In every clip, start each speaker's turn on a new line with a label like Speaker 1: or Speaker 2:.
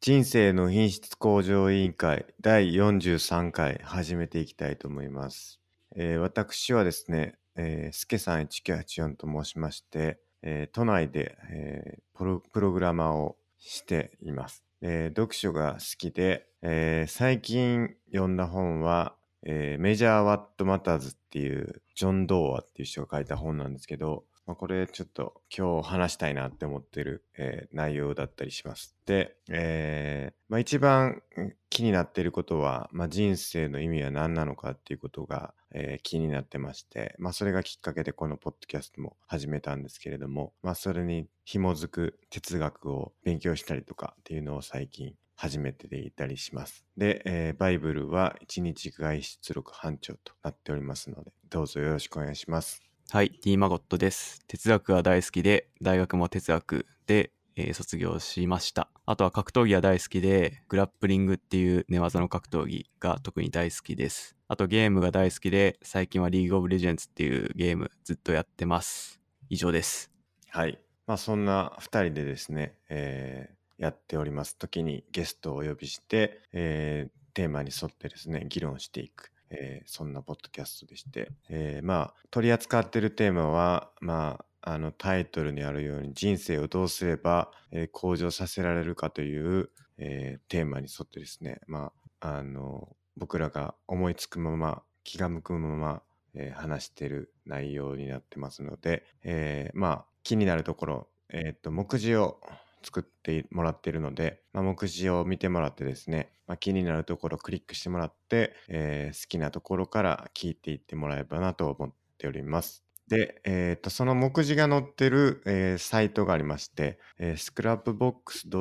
Speaker 1: 人生の品質向上委員会第43回始めていきたいと思います。えー私はですね、えー、すけさん1984と申しまして、えー都内で、えープロプログラマーをしています。えー読書が好きで、えー最近読んだ本は、えーメジャー・ワット・マターズっていうジョン・ドーアっていう人が書いた本なんですけど、まあ、これちょっと今日話したいなって思ってる、えー内容だったりします。で、えーまあ、一番うん気になってることは、まあ、人生の意味は何なのかっていうことが、えー気になってまして、まあ、それがきっかけでこのポッドキャストも始めたんですけれども、まあ、それに紐づく哲学を勉強したりとかっていうのを最近始めていたりします。で、えーバイブルは一日外出力班長となっておりますので、どうぞよろしくお願いします。
Speaker 2: はい、D マゴットです。哲学が大好きで、大学も哲学で、えー卒業しました。あとは格闘技が大好きで、グラップリングっていう寝技の格闘技が特に大好きです。あとゲームが大好きで、最近はリーグオブレジェンズっていうゲームずっとやってます。以上です。
Speaker 1: はい。まあそんな2人でですね、えーやっております時にゲストをお呼びして、えーテーマに沿ってですね、議論していく。えーそんなポッドキャストでして、えーまあ取り扱ってるテーマはまああのタイトルにあるように人生をどうすれば、えー向上させられるかという、えーテーマに沿ってですねまああの僕らが思いつくまま気が向くままえー話してる内容になってますので、えーまあ気になるところ、えー、と目次を作ってもらってるので、まあ、目次を見てもらってですね、まあ、気になるところをクリックしてもらって、えー好きなところから聞いていってもらえばなと思っております。で、えー、とその目次が載ってる、えーサイトがありまして、えー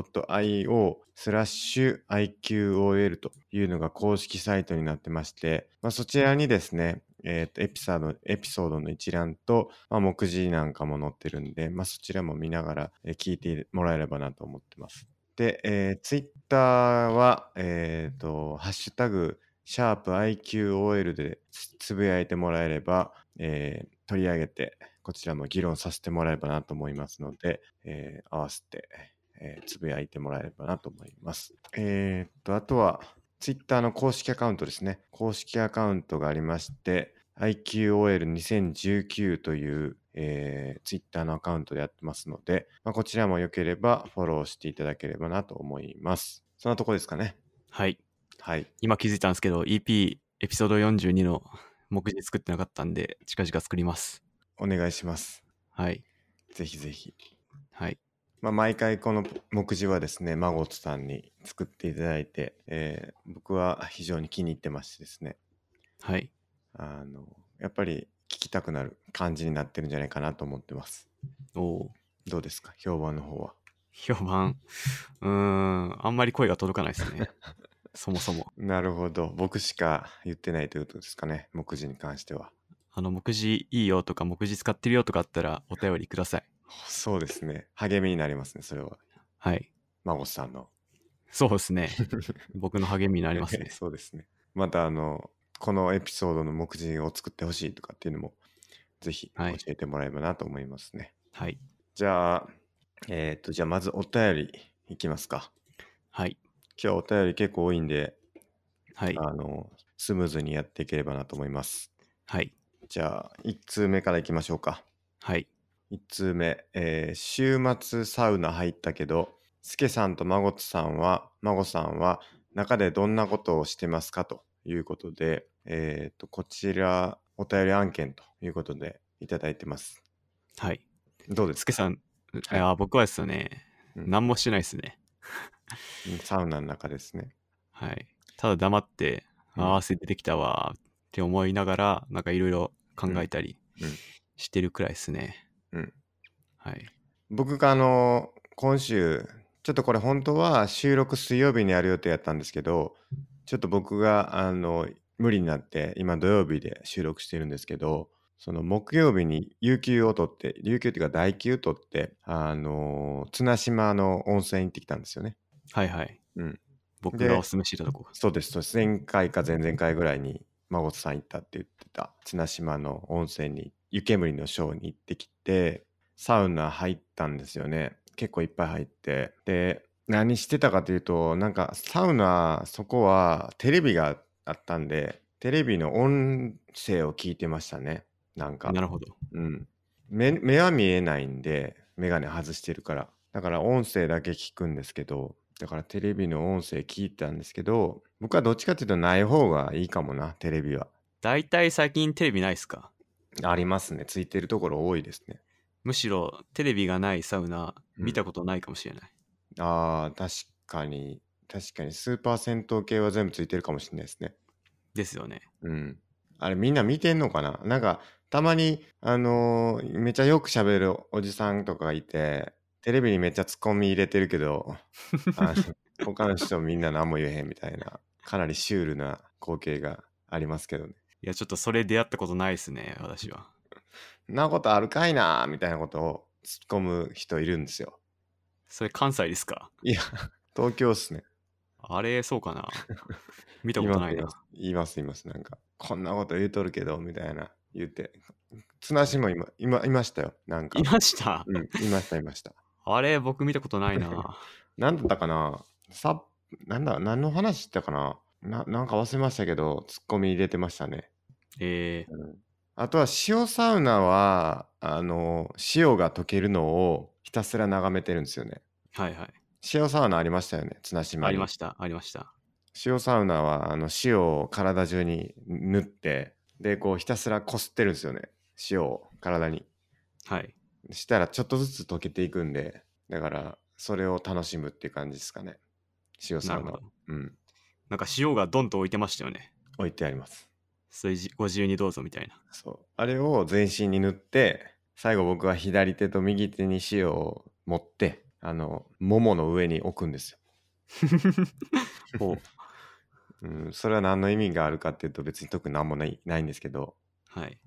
Speaker 1: scrapbox.io スラッシュ IQOL というのが公式サイトになってまして、まあ、そちらにですね、えーとエピソードエピソードの一覧と、まあ、目次なんかも載ってるんで、まあ、そちらも見ながら、えー聞いてもらえればなと思ってます。で、えツイッター Twitter は、えー、とハッシュタグシャープ i q o l でつつぶやいてもらえれば、えー取り上げて、こちらも議論させてもらえればなと思いますので、えー合わせて、えーつぶやいてもらえればなと思います。えーっと、あとは、ツイッターの公式アカウントですね。公式アカウントがありまして、IQOL2019 という、えツイッター Twitter のアカウントでやってますので、まあ、こちらも良ければフォローしていただければなと思います。そんなとこですかね。
Speaker 2: はい、
Speaker 1: はい。
Speaker 2: 今気づいたんですけど、EP エピソード42の目次作ってなかったんで、近々作ります。
Speaker 1: お願いします。
Speaker 2: はい、
Speaker 1: ぜひぜひ。
Speaker 2: はい、
Speaker 1: まあ、毎回この目次はですね、マゴトさんに作っていただいて、えー僕は非常に気に入ってましてですね、
Speaker 2: はい。
Speaker 1: あの、やっぱり聞きたくなる感じになってるんじゃないかなと思ってます。
Speaker 2: おー。
Speaker 1: どうですか評判の方は。
Speaker 2: 評判うーんあんまり声が届かないで すねそもそも
Speaker 1: なるほど。僕しか言ってないということですかね、目次に関しては。
Speaker 2: あの目次いいよとか目次使ってるよとかあったらお便りください
Speaker 1: そうですね。励みになりますね、それは。
Speaker 2: はい
Speaker 1: マゴトさんの。
Speaker 2: そうで すね僕の励みになりますね
Speaker 1: そうですね。また、あの、このエピソードの目次を作ってほしいとかっていうのも、ぜひ教
Speaker 2: はい
Speaker 1: えてもらえればなと思いますね。
Speaker 2: はい
Speaker 1: じゃあ、えっ、と、じゃあまずお便りいきますか。
Speaker 2: はい
Speaker 1: 今日お便り結構多いんで、
Speaker 2: はい
Speaker 1: あの、スムーズにやっていければなと思います。
Speaker 2: はい
Speaker 1: じゃあ、1通目からいきましょうか。
Speaker 2: はい
Speaker 1: 1通目、えー週末サウナ入ったけど、スケさんとマゴツさんは、マゴさんは中でどんなことをしてますかということで、えっ、と、こちら、お便り案件ということでいただいてます。
Speaker 2: はい
Speaker 1: どうです
Speaker 2: つ
Speaker 1: か
Speaker 2: けさん、い、や僕はですよね、
Speaker 1: うん
Speaker 2: 何もしてないですね
Speaker 1: サウナの中ですね。
Speaker 2: はいただ黙って、
Speaker 1: うん
Speaker 2: ああ汗出てきたわーって思いながらなんかいろいろ考えたり
Speaker 1: うんうん
Speaker 2: してるくらいですね
Speaker 1: うん
Speaker 2: はい
Speaker 1: 僕があの今週ちょっとこれ本当は収録水曜日にやる予定やったんですけどちょっと僕があの無理になって今土曜日で収録してるんですけどその木曜日に有給を取って有給っていうか代休取ってあの綱島の温泉行ってきたんですよね
Speaker 2: はいはい、
Speaker 1: うん
Speaker 2: 僕
Speaker 1: で
Speaker 2: がおすすめしてたとこ
Speaker 1: そうですそうです前回か前々回ぐらいに孫さん行ったって言ってた綱島の温泉に湯煙のショーに行ってきてサウナ入ったんですよね結構いっぱい入ってで何してたかというと、なんかサウナ、そこはテレビがあったんで、テレビの音声を聞いてましたね。なんか。
Speaker 2: なるほど。
Speaker 1: うん。目目は見えないんで、メガネ外してるから。だから音声だけ聞くんですけど、だからテレビの音声聞いたんですけど、僕はどっちかっていうとない方がいいかもな、テレビは。
Speaker 2: 大体最近テレビないっすか
Speaker 1: ありますね。ついてるところ多いですね。
Speaker 2: むしろテレビがないサウナ
Speaker 1: うん
Speaker 2: 見たことないかもしれない。
Speaker 1: ああ、確かに。確かに、スーパー銭湯系は全部ついてるかもしれないですね。
Speaker 2: ですよね。
Speaker 1: うん。あれ、みんな見てんのかななんか、たまに、あのーめっちゃよく喋るおじさんとかがいて、テレビにめっちゃツッコミ入れてるけど、あ の他の人みんな何も言えへんみたいな、かなりシュールな光景がありますけどね。
Speaker 2: いや、ちょっとそれ出会ったことないっすね、私は。
Speaker 1: んなことあるかいなーみたいなことを突っ込む人いるんですよ。
Speaker 2: それ関西ですか
Speaker 1: いや、東京っすね。
Speaker 2: あれ、そ うかな見たことないな。
Speaker 1: 言います、言います、なんか、こんなこと言うとるけど、みたいな、言って。綱島今、今、いましたよ、なんか。
Speaker 2: いました。
Speaker 1: うん、いました、いました。
Speaker 2: あれ、僕見たことない な。
Speaker 1: なんだったかなさ、なんだ、何の話したかなななんか忘れましたけど、ツッコミ入れてましたね。
Speaker 2: えー、
Speaker 1: あとは、塩サウナは、あの、塩が溶けるのをひたすら眺めてるんですよね。
Speaker 2: はいはい。
Speaker 1: 塩サウナありましたよね、綱島に。
Speaker 2: ありました、ありました。
Speaker 1: 塩サウナはあの塩を体中に塗ってでこうひたすらこすってるんですよね塩を体に
Speaker 2: はい。
Speaker 1: したらちょっとずつ溶けていくんでだからそれを楽しむっていう感じですかね塩サ
Speaker 2: なる
Speaker 1: ウ
Speaker 2: ほ
Speaker 1: ナ
Speaker 2: ど
Speaker 1: は。うん
Speaker 2: なんか塩がドンと置いてましたよね。
Speaker 1: 置いてあります
Speaker 2: それじご自由にどうぞみた いな。
Speaker 1: そうあれを全身に塗って最後僕は左手と右手に塩を持ってあのももの上に置くんですよ
Speaker 2: ほう。
Speaker 1: うん、それは何の意味があるかっていうと別に特に何もないないんですけど
Speaker 2: はい。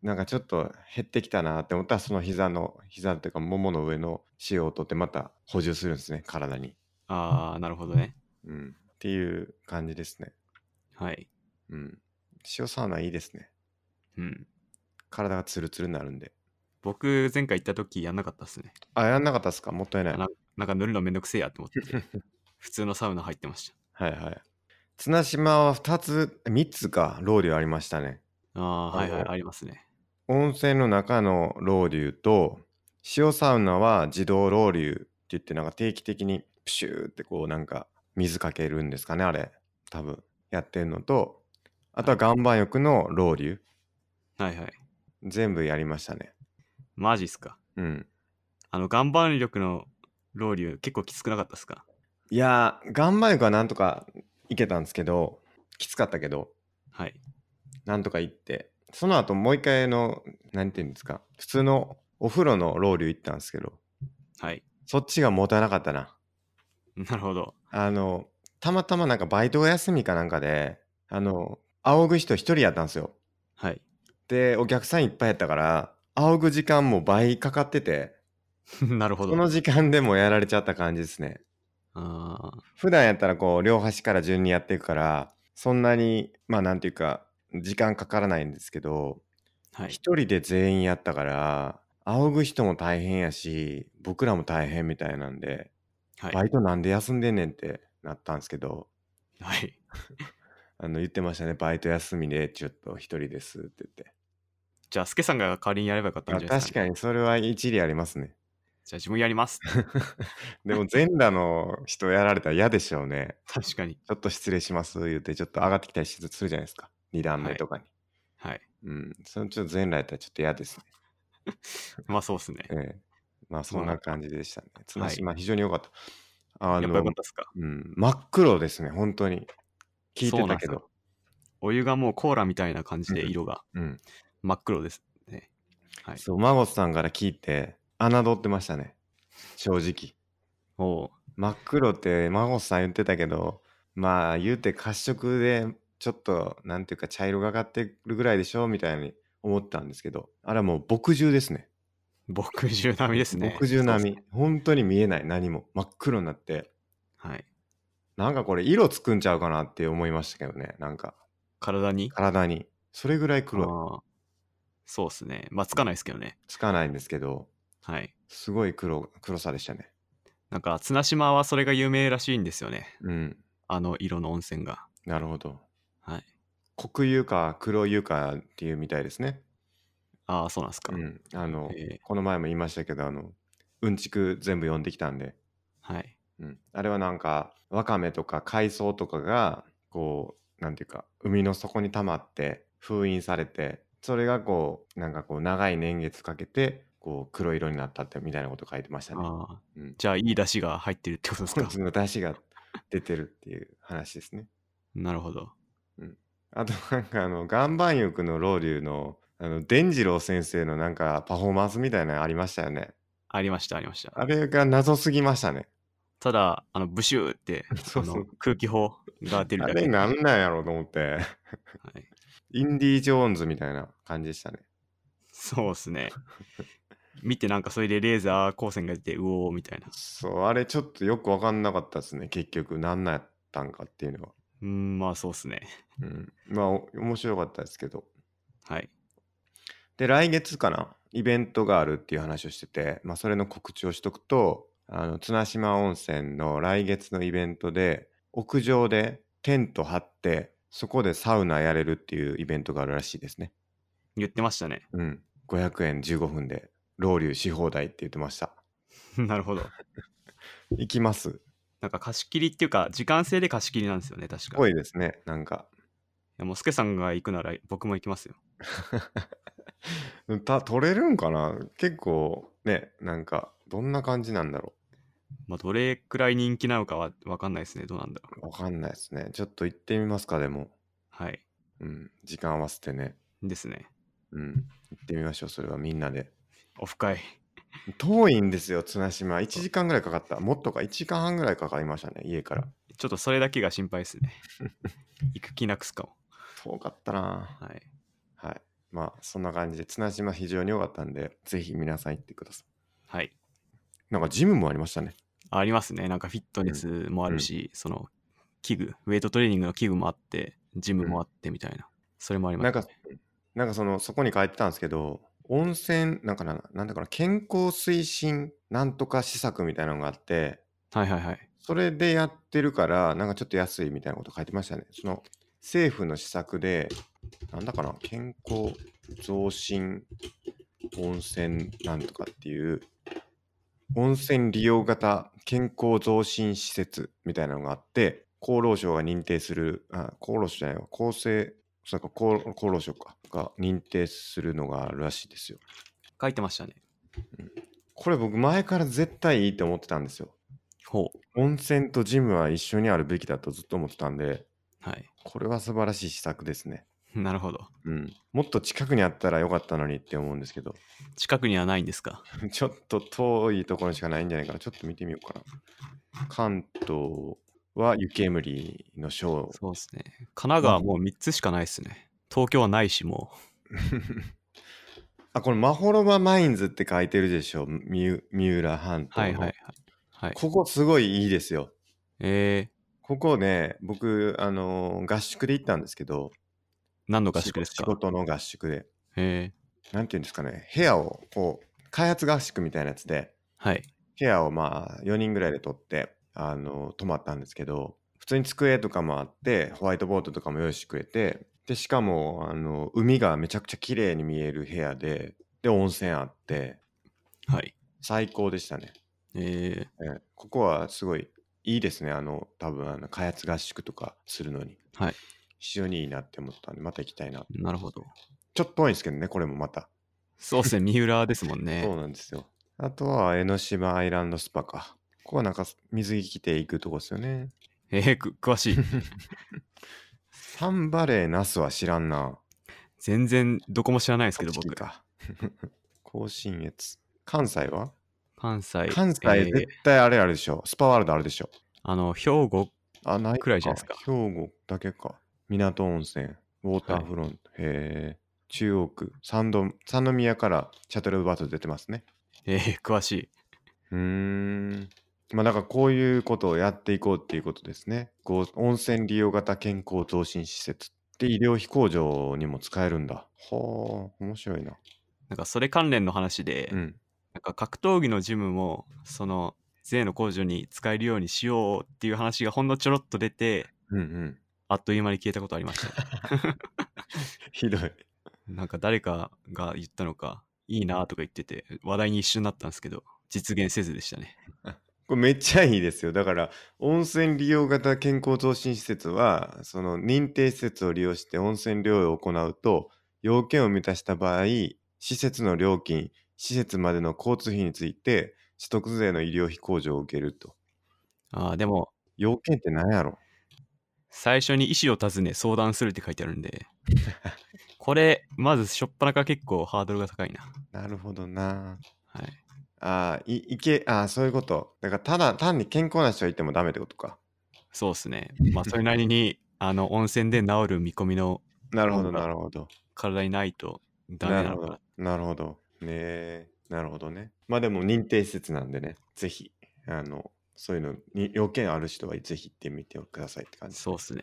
Speaker 1: なんかちょっと減ってきたなって思ったらその膝の膝っていうかももの上の塩を取ってまた補充するんですね体に、
Speaker 2: あー、なるほどね。
Speaker 1: うん、っていう感じですね、
Speaker 2: はい。
Speaker 1: うん、塩サウナいいですね
Speaker 2: うん。
Speaker 1: 体がツルツルになるんで
Speaker 2: 僕、前回行った時やんなかったっすね。
Speaker 1: あやんなかったですかもったいない
Speaker 2: あななんか塗るのめんどくせえやって思 って、普通のサウナ入ってまし
Speaker 1: はいはい綱島は2つ3つかロウリュありましたね
Speaker 2: た。あー、はいはい
Speaker 1: なるほ、ど
Speaker 2: ありますね。
Speaker 1: 温泉の中のロウリュと塩サウナは自動ロウリュって言ってなんか定期的にプシューってこうなんか水かけるんですかねあれ多分やってるのとあとは岩盤浴のロウリュ
Speaker 2: はいはい。
Speaker 1: 全部やりましたね
Speaker 2: マジっすか。
Speaker 1: うん
Speaker 2: あの、岩盤力のロウリュ結構きつくなかったっすか
Speaker 1: いやー岩盤浴はなんとか行けたんですけどきつかったけど
Speaker 2: はい。
Speaker 1: なんとか行ってその後もう一回のなんていうんですか普通のお風呂のロウリュ行ったんですけど
Speaker 2: はい。
Speaker 1: そっちが持たなかったな
Speaker 2: なるほど。
Speaker 1: あの、たまたまなんかバイトが休みかなんかで、あの、仰ぐ人一人やったんですよ。
Speaker 2: はい。
Speaker 1: で、お客さんいっぱいやったから、仰ぐ時間も倍かかってて、
Speaker 2: なるほ
Speaker 1: そ
Speaker 2: ど。
Speaker 1: の時間でもやられちゃった感じですね。
Speaker 2: あ
Speaker 1: 普段やったらこう、両端から順にやっていくから、そんなに、まあなんていうか、時間かからないんですけど、
Speaker 2: ーはい。
Speaker 1: 一人で全員やったから、仰ぐ人も大変やし、僕らも大変みたいなんで、
Speaker 2: は
Speaker 1: バ
Speaker 2: い。
Speaker 1: イトなんで休んでんねんってなったんですけど、
Speaker 2: はい。
Speaker 1: あの言ってましたね、バイト休みでちょっと一人ですって
Speaker 2: じゃあ、スケさんが代わりにやればよかった
Speaker 1: 言
Speaker 2: ん
Speaker 1: っ
Speaker 2: じ
Speaker 1: て。
Speaker 2: ゃ
Speaker 1: あ
Speaker 2: ないです
Speaker 1: 確
Speaker 2: か、ね。
Speaker 1: かにそれは一理あります ね。
Speaker 2: じゃあ、自分やります。
Speaker 1: でも全裸の人やられたら嫌でしょうね。
Speaker 2: 確かに。
Speaker 1: ちょっと失礼します言って、ちょっと上がってきたりするじゃないですか。二段目とかに。
Speaker 2: はい。
Speaker 1: うん。そのちょっと全裸やったらちょっと嫌ですね。
Speaker 2: まあ、そうっすね。
Speaker 1: ええまあそんな感じでしたね。つま
Speaker 2: はい
Speaker 1: し、まあ非常に良かった。あ
Speaker 2: やっぱよ
Speaker 1: の
Speaker 2: かっ、たっすか。
Speaker 1: うん、真っ黒ですね、本当に。聞いてたけ
Speaker 2: そうなんです
Speaker 1: ど。
Speaker 2: お湯がもうコーラみたいな感じで色が
Speaker 1: うん。
Speaker 2: 真っ黒ですね。はい。
Speaker 1: そう、孫さんから聞いて、侮ってましたね。正直。
Speaker 2: おう
Speaker 1: 真っ黒って孫さん言ってたけどまあ言うて褐色でちょっとなんていうか茶色がかってるぐらいでしょみたいに思ったんですけどあれはもう墨汁ですね
Speaker 2: 墨汁並みですね。
Speaker 1: 墨汁並
Speaker 2: そ
Speaker 1: み、
Speaker 2: うっすね
Speaker 1: 本当に見えない何も真っ黒になって
Speaker 2: はい。
Speaker 1: なんかこれ色つくんちゃうかなって思いましたけどねなんか
Speaker 2: 体に
Speaker 1: 体にそれぐらい黒い
Speaker 2: あーそうっすね。まあ、つかないですけどね。
Speaker 1: つかないんですけど
Speaker 2: はい。
Speaker 1: すごい黒黒さでしたね
Speaker 2: なんか綱島はそれが有名らしいんですよね
Speaker 1: うん。
Speaker 2: あの色の温泉が
Speaker 1: なるほど。
Speaker 2: はい
Speaker 1: 黒湯か黒湯かっていうみたいですね。
Speaker 2: ああそうなんですか、
Speaker 1: うん。あの、
Speaker 2: えー
Speaker 1: この前も言いましたけど、あの、うんちく全部読んできたんで、
Speaker 2: はい
Speaker 1: うん、あれはなんかわかめとか海藻とかがこうなんていうか海の底に溜まって封印されてそれがこうなんかこう長い年月かけてこう黒色になったってみたいなこと書いてましたね。
Speaker 2: ああ、
Speaker 1: うん
Speaker 2: じゃあいい出汁が入ってるってことです
Speaker 1: そ
Speaker 2: か
Speaker 1: っちの出汁が出てるっていう話ですね。
Speaker 2: なるほど
Speaker 1: あとなんかあの岩盤浴の老流のあの伝次郎先生のなんかパフォーマンスみたいなのありましたよね。
Speaker 2: ありましたありました
Speaker 1: あれが謎すぎましたね。
Speaker 2: ただあのブシューって
Speaker 1: そうそう
Speaker 2: あの空気砲が出る
Speaker 1: あ
Speaker 2: だけ
Speaker 1: れなんなんやろうと思って。
Speaker 2: はい、
Speaker 1: インディ・ジョーンズみたいな感じでしたね。
Speaker 2: そうですね見てなんかそれでレーザー光線が出てうおーみたいな
Speaker 1: そう、あれちょっとよく分かんなかったですね。結局、何なんやったんかっていうのは。
Speaker 2: うーんまあそうですね
Speaker 1: うん。まあ、お面白かったですけど。
Speaker 2: はい
Speaker 1: で、来月かな、イベントがあるっていう話をしてて、まあ、それの告知をしとくと、あの、綱島温泉の来月のイベントで、屋上でテント張って、そこでサウナやれるっていうイベントがあるらしいですね。
Speaker 2: 言ってましたね
Speaker 1: うん。500円15分で、ロウリュし放題って言ってました。
Speaker 2: なるほど
Speaker 1: 行きます。
Speaker 2: なんか貸し切りっていうか時間制で貸し切りなんですよね確
Speaker 1: す
Speaker 2: か
Speaker 1: ご
Speaker 2: い
Speaker 1: いですね、なんか。
Speaker 2: やもうスケさんが行くなら僕も行きますよ
Speaker 1: た取れるんかな結構ねなんかどんな感じなんだろ
Speaker 2: まあどれくらい人気なのかは分かんないですねどうなんだろう
Speaker 1: うわかんないですねちょっと行ってみますかでも、
Speaker 2: はい
Speaker 1: うん、時間合わせてね、
Speaker 2: ですね
Speaker 1: うん、行ってみましょうそれはみんなで
Speaker 2: オフ会
Speaker 1: 遠いんですよ綱島1時間ぐらいかかったもっとか1時間半ぐらいかかりましたね家から
Speaker 2: ちょっとそれだけが心配です ね行く気なくすかも
Speaker 1: 遠かったな
Speaker 2: はい
Speaker 1: はいまあそんな感じで綱島非常に良かったんでぜひ皆さん行ってくださ
Speaker 2: はい
Speaker 1: いなんかジムもありましたね
Speaker 2: ありますねなんかフィットネスもあるし、その器具ウェイトトレーニングの器具もあってジムもあってみたいな、それもあります
Speaker 1: なんか、なんかその、そこに書いてたんですけど、温泉、なんかな、なんだかな、健康推進なんとか施策みたいなのがあって、
Speaker 2: はいはいはい
Speaker 1: それでやってるから、なんかちょっと安いみたいなこと書いてましたね。その、政府の施策で、なんだかな、健康増進温泉なんとかっていう、温泉利用型健康増進施設みたいなのがあって、厚労省が認定する、あ厚労省じゃないわ、厚生、そうか厚厚労省か、が認定するのがあるらしいですよ。
Speaker 2: 書いてましたね
Speaker 1: これ僕前から絶対いいって思ってたんですよ。
Speaker 2: ほう
Speaker 1: 温泉とジムは一緒にあるべきだとずっと思ってたんで、
Speaker 2: はい
Speaker 1: これは素晴らしい施策ですね。
Speaker 2: なるほど
Speaker 1: うん。もっと近くにあったらよかったのにって思うんですけど、
Speaker 2: 近くにはないんですか
Speaker 1: ちょっと遠いところにしかないんじゃないかな。ちょっと見てみようかな。関東は湯煙のショー。
Speaker 2: そうですね神奈川もう3つしかないですね東京はないしも
Speaker 1: あ、これ、まほろばマインズって書いてるでしょ。みゆ三浦半
Speaker 2: う
Speaker 1: 島の。
Speaker 2: はいはいはいはい
Speaker 1: ここすごいいいですよ。
Speaker 2: えー、
Speaker 1: ここね、僕、あのー合宿で行ったんですけど、
Speaker 2: 何の合宿です
Speaker 1: 仕
Speaker 2: か
Speaker 1: 事の合宿で。
Speaker 2: えー、
Speaker 1: なんていうんですかね、部屋をこう、開発合宿みたいなやつで、
Speaker 2: はい
Speaker 1: 部屋をまあ4人ぐらいで取って、あの、泊まったんですけど、普通に机とかもあって、ホワイトボードとかも用意してくれて、で、しかも、あの、海がめちゃくちゃ綺麗に見える部屋で、で、温泉あって、
Speaker 2: はい
Speaker 1: 最高でしたね。
Speaker 2: えー、
Speaker 1: ええここはすごいいいですね、あの、多分あの開発合宿とかするのに。
Speaker 2: はい
Speaker 1: 非常にいいなって思ったんで、また行きたいな。
Speaker 2: なるほど
Speaker 1: ちょっと遠いんですけどね、これもまた。
Speaker 2: そう ですね三浦ですもん
Speaker 1: そう
Speaker 2: ね
Speaker 1: なんですよ。あとは江ノ島アイランドスパか。ここはなんか水着着ていくとこですよね。
Speaker 2: えー、く詳 しい
Speaker 1: サンバレーナスは知らんな。
Speaker 2: 全然どこも知らないですけど
Speaker 1: 栃木
Speaker 2: 僕
Speaker 1: か。 甲信越。関西は、
Speaker 2: 関西
Speaker 1: 関西
Speaker 2: えー
Speaker 1: 絶対あれあるでしょ。スパワールドあるでしょ。
Speaker 2: あの兵庫
Speaker 1: あ、ない
Speaker 2: くらいじゃないですか
Speaker 1: 兵庫だけか。港温泉、ウォーターフロント、へえ。中央区、三度三宮からシャトルバス出てますね。
Speaker 2: えー、詳しい。
Speaker 1: うーん。まあだからこういうことをやっていこうっていうことですね。こう温泉利用型健康増進施設で医療費控除にも使えるんだ。はあ、面白いな。
Speaker 2: なんかそれ関連の話で、
Speaker 1: うん。
Speaker 2: なんか格闘技のジムも、その税の控除に使えるようにしようっていう話がほんのちょろっと出て
Speaker 1: うんうん。
Speaker 2: あっという間に消えたことありました
Speaker 1: ひどい。
Speaker 2: なんか誰かが言ったのかいいなとか言ってて話題に一瞬なったんですけど実現せずでしたね
Speaker 1: これめっちゃいいですよ。だから、温泉利用型健康増進施設は、その認定施設を利用して温泉療養を行うと、要件を満たした場合、施設の料金、施設までの交通費について、取得税の医療費控除を受けると。
Speaker 2: あーでも
Speaker 1: 要件って何やろ
Speaker 2: 最初に医師を訪ね相談するって書いてある んでこれまず初っ端から結構ハードルが高いな
Speaker 1: なるほどな。
Speaker 2: はい
Speaker 1: ああ、い、いけ、ああ、そういうこと。だから、ただ単に健康な人がいてもダメってことか。
Speaker 2: そうですねまあそれなりにあの温泉で治る見込みの
Speaker 1: なるほ
Speaker 2: な
Speaker 1: ど、
Speaker 2: んだ
Speaker 1: なるほど。
Speaker 2: 体にないとダメ
Speaker 1: な
Speaker 2: な
Speaker 1: る
Speaker 2: の
Speaker 1: ほ
Speaker 2: かな
Speaker 1: ど。なるほど。ねえなるほどね。まあでも認定施設なんでね、ぜひ、あの、そういうのに要件ある人はぜひ行ってみてくださいって感じ。
Speaker 2: そうですね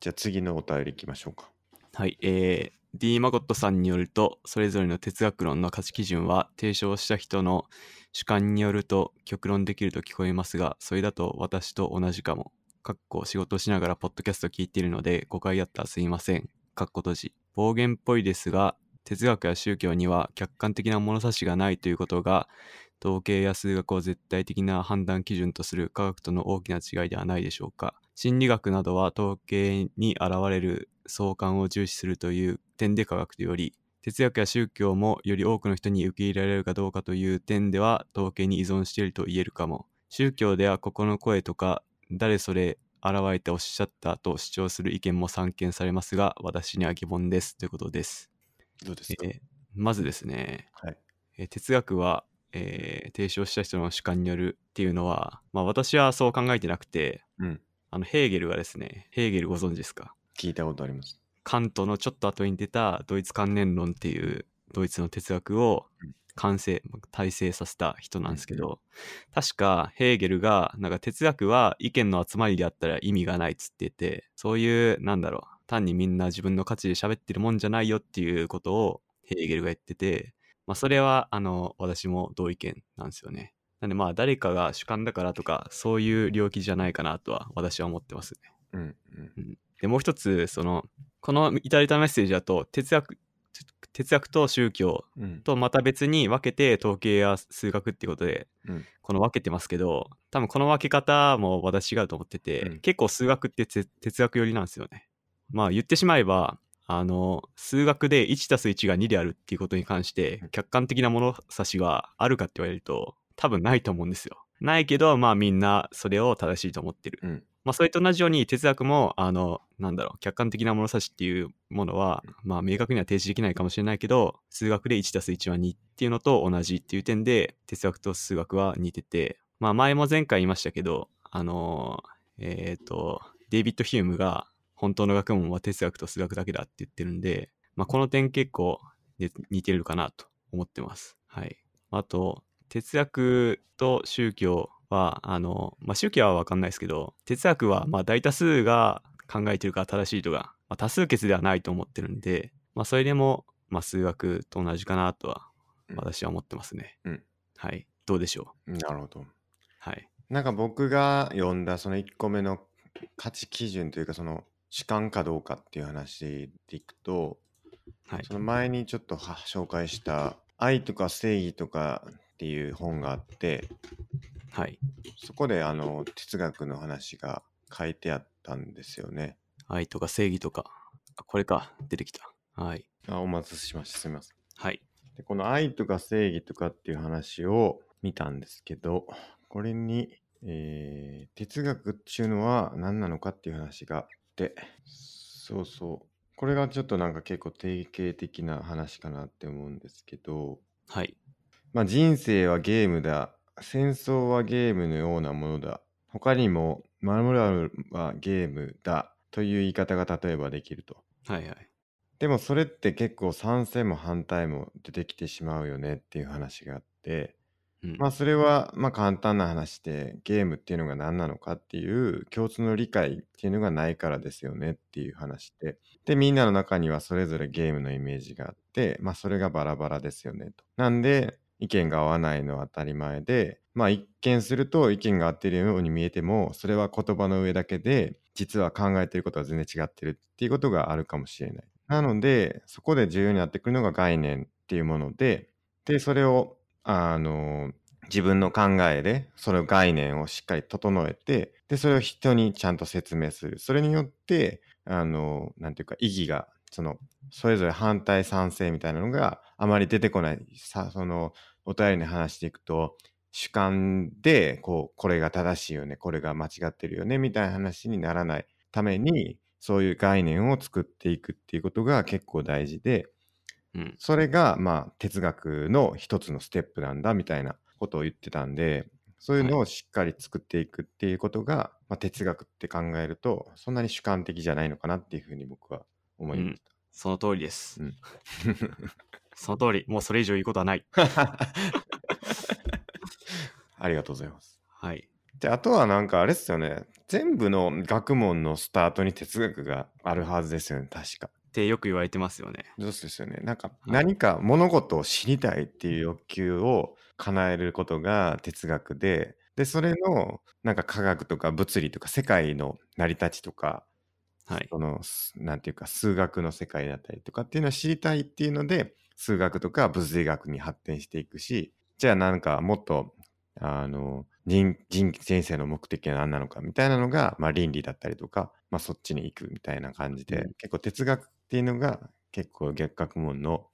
Speaker 1: じゃあ次のお便り行きましょうか。
Speaker 2: はい、えー、D ・マゴットさんによると、それぞれの哲学論の価値基準は、提唱した人の主観によると極論できると聞こえますが、それだと私と同じかも。かっこ仕事をしながらポッドキャストを聞いているので、誤解あったらすいません。かっこ閉じ。暴言っぽいですが、哲学や宗教には客観的な物差しがないということが、統計や数学を絶対的な判断基準とする科学との大きな違いではないでしょうか。心理学などは統計に現れる相関を重視するという点で科学とより、哲学や宗教もより多くの人に受け入れられるかどうかという点では統計に依存していると言えるかも。宗教ではここの声とか、誰それ現れておっしゃったと主張する意見も散見されますが、私には疑問ですということです。
Speaker 1: どうですか、
Speaker 2: えーまずですね、
Speaker 1: はい。
Speaker 2: えー哲学は、えー提唱した人の主観によるっていうのは、まあ、私はそう考えてなくて
Speaker 1: うん。
Speaker 2: あのヘーゲルがですねヘーゲルご存知ですか
Speaker 1: 聞いたことあります。
Speaker 2: カントのちょっと後に出たドイツ観念論っていうドイツの哲学を
Speaker 1: うん
Speaker 2: 完成体制させた人なんですけど、確かヘーゲルがなんか哲学は意見の集まりであったら意味がないっつっててそういうなんだろう単にみんな自分の価値で喋ってるもんじゃないよっていうことをヘーゲルが言ってて、まあ、それはあの私も同意見なんですよね。なんでまあ誰かが主観だからとかそういう領域じゃないかなとは私は思ってます。
Speaker 1: うん。うん、
Speaker 2: でもう一つそのこのいただいたメッセージだと哲学哲学と宗教
Speaker 1: うん。
Speaker 2: とまた別に分けて統計や数学っていうことで、
Speaker 1: うん
Speaker 2: この分けてますけど多分この分け方も私違うと思ってて、
Speaker 1: うん
Speaker 2: 結構数学って哲哲学寄りなんですよね。まあ言ってしまえばあの数学で 1+1 が2であるっていうことに関して
Speaker 1: うん
Speaker 2: 客観的な物差しはあるかって言われると多分ないと思うんですよ。ないけどまあみんなそれを正しいと思ってる。
Speaker 1: うん。
Speaker 2: まあ、それと同じように哲学もあのなんだろう客観的な物差しっていうものは、まあ、明確には提示できないかもしれないけど数学で 1+1 は2っていうのと同じっていう点で哲学と数学は似てて、まあ、前も前回言いましたけどあのーえっ、とデイビッド・ヒュームが本当の学問は哲学と数学だけだって言ってるんで、まあ、この点結構ね似てるかなと思ってます。はい、あと哲学と宗教はあの、まあ、宗教は分かんないですけど哲学はまあ大多数が考えてるから正しいとか、まあ、多数決ではないと思ってるんで、まあ、それでも、まあ、数学と同じかなとは
Speaker 1: うん
Speaker 2: 私は思ってますね、
Speaker 1: うん
Speaker 2: はいどうでしょう
Speaker 1: なるほど。
Speaker 2: はい
Speaker 1: なんか僕が読んだその1個目の価値基準というかその主観かどうかっていう話でいくと、
Speaker 2: はい
Speaker 1: その前にちょっとは紹介した「愛とか正義とか」っていう本があって
Speaker 2: はい
Speaker 1: そこであの哲学の話が書いてあったんですよね。
Speaker 2: 愛とか正義とかあこれか出てきたはい
Speaker 1: あお待たせしましたすみません。
Speaker 2: はい
Speaker 1: でこの愛とか正義とかっていう話を見たんですけどこれに、えー哲学っていうのは何なのかっていう話があってそうそうこれがちょっとなんか結構定型的な話かなって思うんですけど
Speaker 2: はい
Speaker 1: まあ人生はゲームだ戦争はゲームのようなものだ他にもマモラルはゲームだという言い方が例えばできると
Speaker 2: はいはい
Speaker 1: でもそれって結構賛成も反対も出てきてしまうよねっていう話があって
Speaker 2: うん
Speaker 1: まあそれはまあ簡単な話でゲームっていうのが何なのかっていう共通の理解っていうのがないからですよねっていう話ででみんなの中にはそれぞれゲームのイメージがあってまあそれがバラバラですよねとなんで意見が合わないのは当たり前でまあ一見すると意見が合っているように見えてもそれは言葉の上だけで実は考えていることは全然違ってるっていうことがあるかもしれない。なのでそこで重要になってくるのが概念っていうものででそれをあの自分の考えでその概念をしっかり整えてでそれを人にちゃんと説明するそれによってあのなんていうか意義がそのそれぞれ反対賛成みたいなのがあまり出てこないさそのお便りに話していくと主観でこうこれが正しいよねこれが間違ってるよねみたいな話にならないためにそういう概念を作っていくっていうことが結構大事で
Speaker 2: うん。
Speaker 1: それがまあ哲学の一つのステップなんだみたいなことを言ってたんでそういうのをしっかり作っていくっていうことが、まあ、哲学って考えるとそんなに主観的じゃないのかなっていうふうに僕は思いまし
Speaker 2: その通りです。
Speaker 1: うん
Speaker 2: その通り。もうそれ以上言うことはない。
Speaker 1: た。 ありがとうございます。
Speaker 2: はい。
Speaker 1: であとはなんかあれですよね全部の学問のスタートに哲学があるはずですよね確か。
Speaker 2: ってよく言われてますよね。
Speaker 1: そうですよね。なんか
Speaker 2: い
Speaker 1: 何か物事を知りたいっていう欲求を叶えることが哲学で、で、それのなんか科学とか物理とか世界の成り立ちとか、
Speaker 2: はい。
Speaker 1: その、すなんていうか数学の世界だったりとかっていうのを知りたいっていうので、数学とか物理学に発展していくし、じゃあなんかもっと、あの、人人人生の目的は何なのかみたいなのが、まあ、倫理だったりとか、まあ、そっちに行くみたいな感じで、
Speaker 2: う
Speaker 1: 結構哲学っていうのが結構逆学問の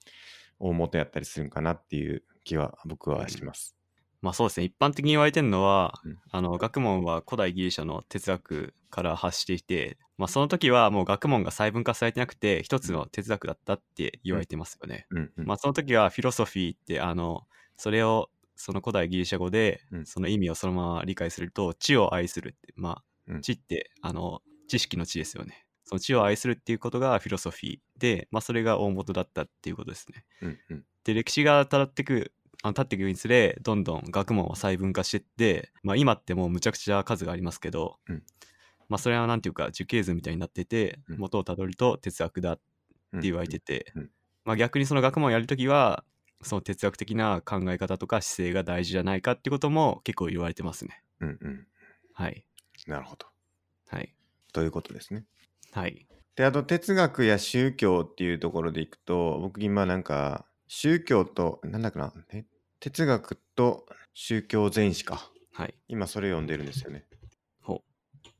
Speaker 1: 大元やったりするんかなっていう気は僕はします。
Speaker 2: まあそうですね。一般的に言われてるのは、
Speaker 1: うん
Speaker 2: あの、学問は古代ギリシャの哲学から発していて、まあその時はもう学問が細分化されてなくて、一つの哲学だったって言われてますよね。
Speaker 1: うんうん
Speaker 2: まあ、その時はフィロソフィーってあのそれをその古代ギリシャ語で
Speaker 1: うん
Speaker 2: その意味をそのまま理解すると知を愛するってま
Speaker 1: う
Speaker 2: あ
Speaker 1: ん
Speaker 2: 知ってあの知識の知ですよねその知を愛するっていうことがフィロソフィーで、まあ、それが大元だったっていうことですね
Speaker 1: うんうん
Speaker 2: で歴史がたらってくあの経っていくにつれどんどん学問を細分化してって、まあ、今ってもうむちゃくちゃ数がありますけど、
Speaker 1: うん
Speaker 2: まあそれはなんていうか樹形図みたいになってて
Speaker 1: うん
Speaker 2: 元をたどると哲学だ
Speaker 1: うん
Speaker 2: って言われてて、
Speaker 1: うんうん
Speaker 2: まあ、逆にその学問をやるときはその哲学的な考え方とか姿勢が大事じゃないかってことも結構言われてますね
Speaker 1: うんうん。
Speaker 2: はい
Speaker 1: なるほど。
Speaker 2: はい
Speaker 1: ということですね。
Speaker 2: はい
Speaker 1: であと哲学や宗教っていうところでいくと僕今なんか宗教となんだっけなえ哲学と宗教全史か
Speaker 2: はい
Speaker 1: 今それ読んでるんですよね
Speaker 2: ほ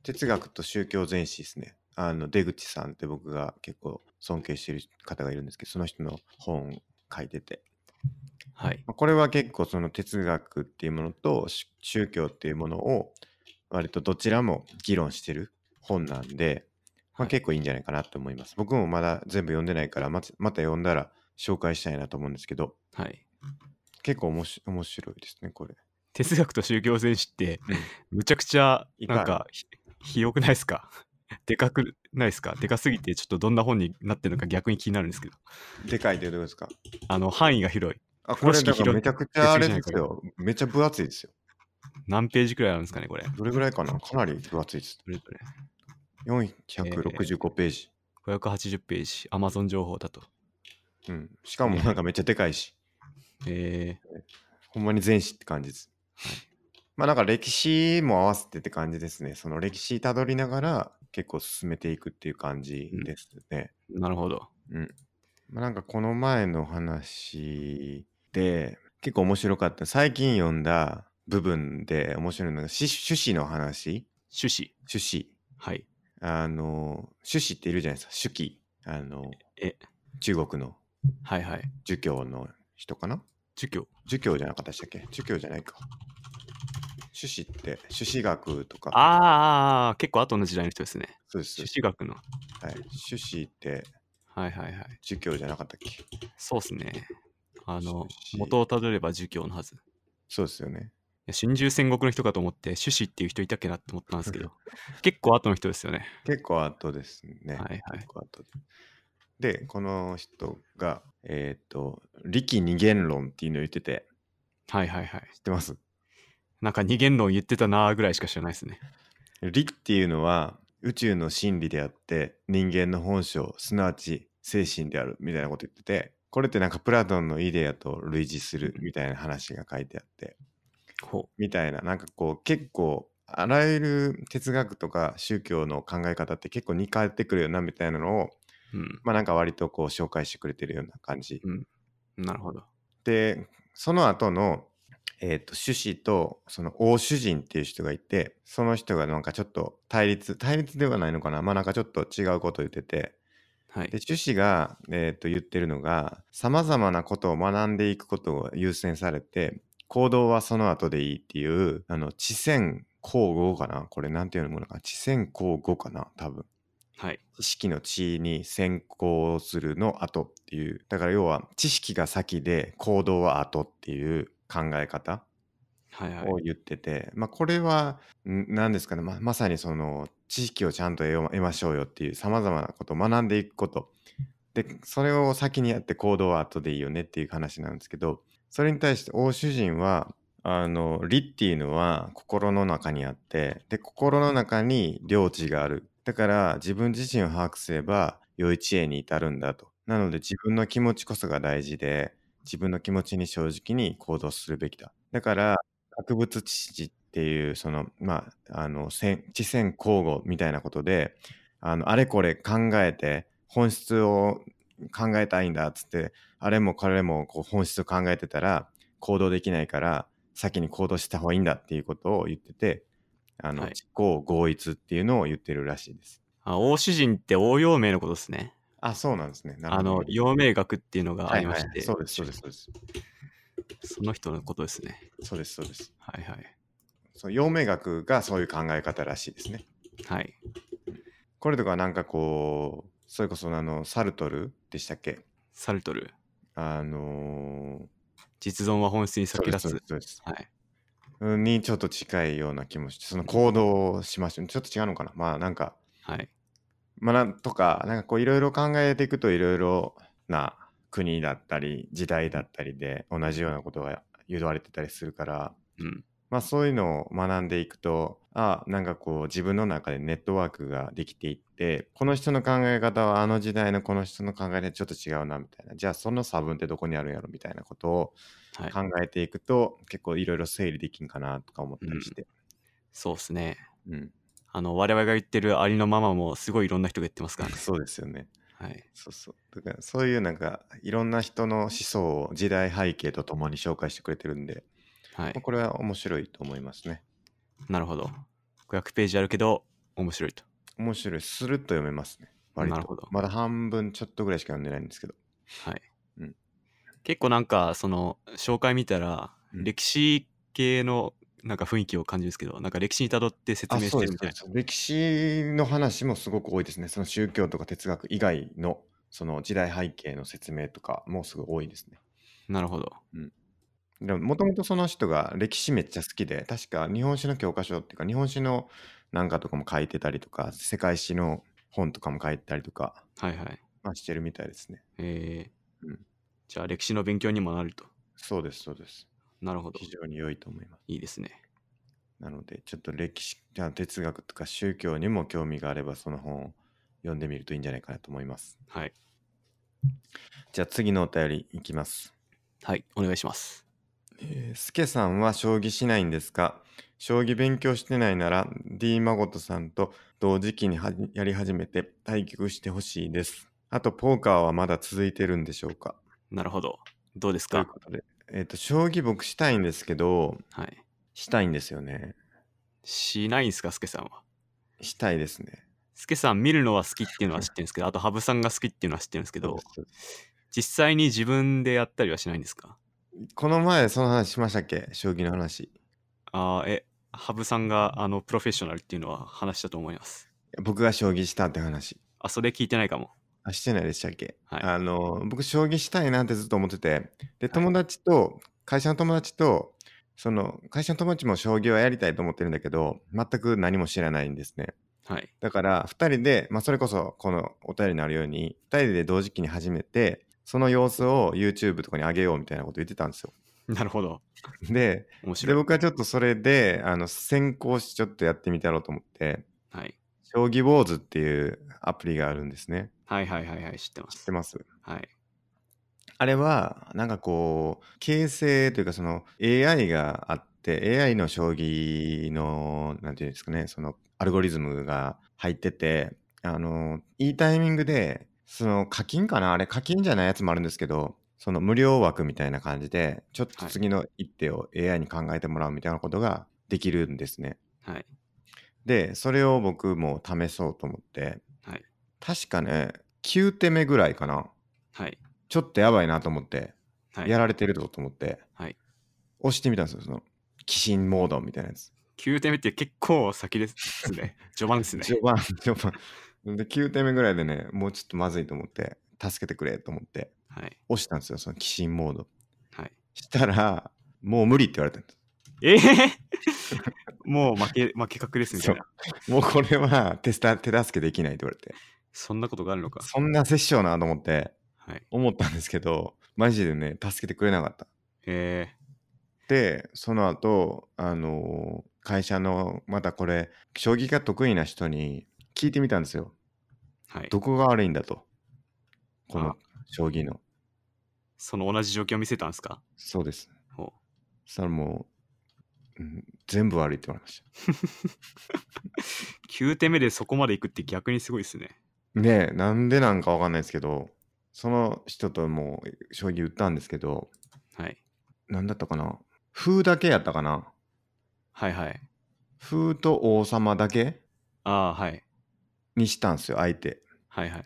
Speaker 1: 哲学と宗教全史ですねあの出口さんって僕が結構尊敬してる方がいるんですけどその人の本書いてて
Speaker 2: うはい
Speaker 1: まあこれは結構その哲学っていうものとし宗教っていうものを割とどちらも議論してる本なんで、ま
Speaker 2: は
Speaker 1: あ、
Speaker 2: い
Speaker 1: 結構いいんじゃないかなと思います。僕もまだ全部読んでないからまつまた読んだら紹介したいなと思うんですけど
Speaker 2: はい
Speaker 1: 結構おもし面白いですねこれ。
Speaker 2: 哲学と宗教全史ってむちゃくちゃ
Speaker 1: いかん
Speaker 2: なんかひひよくないですか でかくないですかでかすぎてちょっとどんな本になってるのか逆に気になるんですけど
Speaker 1: でかいというとこですか
Speaker 2: あの範囲が広い
Speaker 1: あこれ
Speaker 2: 風
Speaker 1: だ
Speaker 2: 呂敷
Speaker 1: から
Speaker 2: 広い
Speaker 1: めちゃくちゃあれですよ。めちゃ分厚いですよ。
Speaker 2: 何ページくらいあるんですかねこれ
Speaker 1: どれぐらいかなかなり分厚いです。
Speaker 2: どれどれ
Speaker 1: 465ページ。
Speaker 2: 580ページ Amazon 情報だと
Speaker 1: うん、しかもなんかめっちゃでかいし。
Speaker 2: え
Speaker 1: ほんまに全史って感じです。まあなんか歴史も合わせてって感じですね。その歴史たどりながら結構進めていくっていう感じですね。
Speaker 2: ー、なるほど
Speaker 1: まあなんかこの前の話で結構面白かった。最近読んだ部分で面白いのがし趣旨の話
Speaker 2: 趣旨
Speaker 1: 趣旨。
Speaker 2: はい
Speaker 1: あの、趣旨っているじゃないですか。主記。あの、
Speaker 2: え
Speaker 1: 中国の
Speaker 2: はいはい
Speaker 1: 儒教の人かな
Speaker 2: 儒教
Speaker 1: 儒教じゃなかったでしたっけ儒教じゃないか。朱子って、朱子学とか。
Speaker 2: あーあーあー結構後の時代の人ですね
Speaker 1: そうです。
Speaker 2: 朱子学の
Speaker 1: はい。朱子って、
Speaker 2: はいはいはい
Speaker 1: 儒教じゃなかったっけ
Speaker 2: そうっすねあの
Speaker 1: 朱子
Speaker 2: 元をたどれば儒教のはずい
Speaker 1: そうですよね。
Speaker 2: や春秋戦国の人かと思って朱子っていう人いたっけなって思ったんです けど結構後の人ですよね
Speaker 1: 結構後ですね。
Speaker 2: はいはい
Speaker 1: 結構後で。で、この人が、えっ、と、力二元論っていうのを言ってて、
Speaker 2: はいはいはい
Speaker 1: 知ってます
Speaker 2: なんか二元論言ってたなーぐらいしか知らないですね
Speaker 1: 力っていうのは宇宙の真理であって人間の本性すなわち精神であるみたいなこと言っててこれってなんかプラトンのイデアと類似するみたいな話が書いてあって
Speaker 2: ほ
Speaker 1: みたいな、なんかこう結構あらゆる哲学とか宗教の考え方って結構似通ってくるよなみたいなのを、
Speaker 2: う。うん。
Speaker 1: まあなんか割とこう紹介してくれてるような感じ。
Speaker 2: なるほど。
Speaker 1: で、その後の、えー、と主子とその王主人っていう人がいて、その人がなんかちょっと対立、対立ではないのかな、まあなんかちょっと違うことを言ってて、
Speaker 2: はい
Speaker 1: で。朱子が、えーと言ってるのがさまざまなことを学んでいくことを優先されて行動はその後でいいっていうあの知線交互かなこれなんていうのものかな知線交互かな多分
Speaker 2: はい。
Speaker 1: 知識の知に先行するの後っていうだから要は知識が先で行動は後っていう考え方
Speaker 2: はいはい。
Speaker 1: を言ってて、まあこれはん何ですかねままさにその知識をちゃんと得ま得ましょうよっていうさまざまなことを学んでいくことでそれを先にやって行動は後でいいよねっていう話なんですけどそれに対して欧主人はあの理っていうのは心の中にあってで心の中に領地があるだから自分自身を把握すれば良い知恵に至るんだとなので自分の気持ちこそが大事で自分の気持ちに正直に行動するべきだだから博物知識っていうそのまああの線知線交互みたいなことであのあれこれ考えて本質を考えたいんだっつってあれもこれもこう本質を考えてたら行動できないから先に行動した方がいいんだっていうことを言っててあの
Speaker 2: はい
Speaker 1: 自己合一っていうのを言ってるらしいです。
Speaker 2: あ、王主人って応用名のことですね。
Speaker 1: あそうなんですね。なる
Speaker 2: あ
Speaker 1: ほど
Speaker 2: の、陽明学っていうのがありまして、
Speaker 1: はいはい、そうですそうですそうです
Speaker 2: その人のことですね。
Speaker 1: そうですそうです。
Speaker 2: はいはい。
Speaker 1: そう陽明学がそういう考え方らしいですね。
Speaker 2: はい。
Speaker 1: これとかなんかこうそれこそあのサルトルでしたっけ
Speaker 2: サルトル。
Speaker 1: あのー
Speaker 2: 実存は本質に
Speaker 1: そう
Speaker 2: 先
Speaker 1: です
Speaker 2: 立
Speaker 1: そう
Speaker 2: つ
Speaker 1: で。すそうです
Speaker 2: はい。
Speaker 1: うんにちょっと近いような気もしてその行動をしましたちょっと違うのかなまあなんか
Speaker 2: はい。
Speaker 1: まあなんとかなんかこういろいろ考えていくといろいろな国だったり時代だったりで同じようなことが誘われてたりするから
Speaker 2: うん。
Speaker 1: まあそういうのを学んでいくと、あなんかこう自分の中でネットワークができていって、この人の考え方はあの時代のこの人の考え方ちょっと違うなみたいな、じゃあその差分ってどこにあるんやろみたいなことを
Speaker 2: はい。
Speaker 1: 考えていくと、結構いろいろ整理できんかなとか思ったりして。
Speaker 2: そうですね。
Speaker 1: うん、
Speaker 2: あの、我々が言ってるありのままもすごいいろんな人が言ってます からね。
Speaker 1: そうですよね。
Speaker 2: はい。
Speaker 1: そうそう。だからそういうなんかいろんな人の思想を時代背景とともに紹介してくれてるんで、
Speaker 2: は
Speaker 1: まあ
Speaker 2: い。
Speaker 1: これは面白いと思いますね。
Speaker 2: なるほど。500ページあるけど、面白いと。
Speaker 1: 面白い。スルッと読めますね。割
Speaker 2: なるほど
Speaker 1: と。まだ半分ちょっとぐらいしか読んでないんですけど。
Speaker 2: はい。
Speaker 1: うん
Speaker 2: 結構なんか、その、紹介見たら、
Speaker 1: うん
Speaker 2: 歴史系のなんか雰囲気を感じるんですけど、なんか歴史にたどって説
Speaker 1: あ
Speaker 2: 明し
Speaker 1: そう
Speaker 2: て
Speaker 1: です
Speaker 2: るみたいな。
Speaker 1: そうです歴史の話もすごく多いですね。その宗教とか哲学以外のその時代背景の説明とかもすごい多いですね。
Speaker 2: なるほど。
Speaker 1: でももともとその人が歴史めっちゃ好きで、確か日本史の教科書っていうか、日本史のなんかとかも書いてたりとか、世界史の本とかも書いてたりとか、
Speaker 2: はいはい。
Speaker 1: まあ、してるみたいですね。
Speaker 2: えー
Speaker 1: うん
Speaker 2: じゃあ歴史の勉強にもなると。
Speaker 1: そうです、そうです。
Speaker 2: なるほど。
Speaker 1: 非常に良いと思います。
Speaker 2: いいですね。
Speaker 1: なので、ちょっと歴史、じゃあ哲学とか宗教にも興味があれば、その本を読んでみるといいんじゃないかなと思います。
Speaker 2: はい。
Speaker 1: じゃあ次のお便りいきます。
Speaker 2: はい。お願いします。
Speaker 1: えー、スケさんは将棋しないんですか将棋勉強してないなら D 誠さんと同時期にはやり始めて対局してほしいです。あとポーカーはまだ続いてるんでしょうか
Speaker 2: なるほど。どうです
Speaker 1: という
Speaker 2: か
Speaker 1: ことで、えっ、と将棋僕したいんですけど
Speaker 2: はい。
Speaker 1: したいんですよね。
Speaker 2: しないんすか、スケさんは。
Speaker 1: したいですね。
Speaker 2: スケさん見るのは好きっていうのは知ってるんですけど、あと羽生さんが好きっていうのは知ってるんですけど、
Speaker 1: そうです
Speaker 2: 実際に自分でやったりはしないんですか
Speaker 1: この前その話しましたっけ将棋の話。い
Speaker 2: ああ、え、羽生さんがあのプロフェッショナルっていうのは話したと思います。
Speaker 1: や僕が将棋したって話。
Speaker 2: あ、それ聞いてないかも。
Speaker 1: あ、してないでしたっけ、
Speaker 2: はい
Speaker 1: あの僕将棋したいなってずっと思っててで
Speaker 2: い
Speaker 1: 友達と、会社の友達とその会社の友達も将棋はやりたいと思ってるんだけど全く何も知らないんですね
Speaker 2: はい。
Speaker 1: だから2人で、まあ、それこそこのお便りになるように2人で同時期に始めてその様子を YouTube とかに上げようみたいなこと言ってたんですよ
Speaker 2: なるほど。
Speaker 1: でで
Speaker 2: 面白い。
Speaker 1: 僕はちょっとそれであの先行してちょっとやってみたろうと思って
Speaker 2: はい。
Speaker 1: 将棋ウォーズっていうアプリがあるんですね
Speaker 2: はいはいはいはい、知ってま
Speaker 1: 知っ
Speaker 2: す。
Speaker 1: てます
Speaker 2: はい。
Speaker 1: あれは、なんかこう、形成というか、その AI があっで AI の将棋のなんていうんですかねそのアルゴリズムが入っててあのいいタイミングでその課金かなあれ課金じゃないやつもあるんですけどその無料枠みたいな感じでちょっと次の一手を AI に考えてもらうみたいなことができるんですね。
Speaker 2: はい。
Speaker 1: でそれを僕も試そうと思って、
Speaker 2: はい
Speaker 1: 確かね9手目ぐらいかな
Speaker 2: はい。
Speaker 1: ちょっとやばいなと思って
Speaker 2: はい。
Speaker 1: やられてるぞと思って、
Speaker 2: はい
Speaker 1: 押してみたんですよその寄進モードみたいなやつ
Speaker 2: 9点目って結構先ですね。 序盤ですね。
Speaker 1: 序盤序盤で9点目ぐらいでねもうちょっとまずいと思って助けてくれと思って
Speaker 2: はい。
Speaker 1: 押したんですよその寄進モード
Speaker 2: はい。
Speaker 1: したらもう無理って言われたんで
Speaker 2: えー もう負け、負け確ですみたいな。
Speaker 1: すもうこれは手伝手助けできないって言われて
Speaker 2: そんなことがあるのか。
Speaker 1: そんな殺生なと思って
Speaker 2: はい。
Speaker 1: 思ったんですけどマジでね助けてくれなかった
Speaker 2: え
Speaker 1: でその後あの会社のまたこれ将棋が得意な人に聞いてみたんですよ
Speaker 2: ー、はい。
Speaker 1: どこが悪いんだとこ
Speaker 2: あ
Speaker 1: の将棋の
Speaker 2: その同じ状況を見せたんですか
Speaker 1: そうです
Speaker 2: ほ
Speaker 1: そしたらもう、うん全部悪いって言われまし
Speaker 2: う9点目でそこまで行くって逆にすごいですね。
Speaker 1: たでなんでなんかわかんないですけどその人ともう将棋打ったんですけど
Speaker 2: はい。
Speaker 1: 何だったかな風だけやったかな
Speaker 2: はいはい。
Speaker 1: 風と王様だけ
Speaker 2: ああ、はい。
Speaker 1: にしたんですよ相手
Speaker 2: はいはい。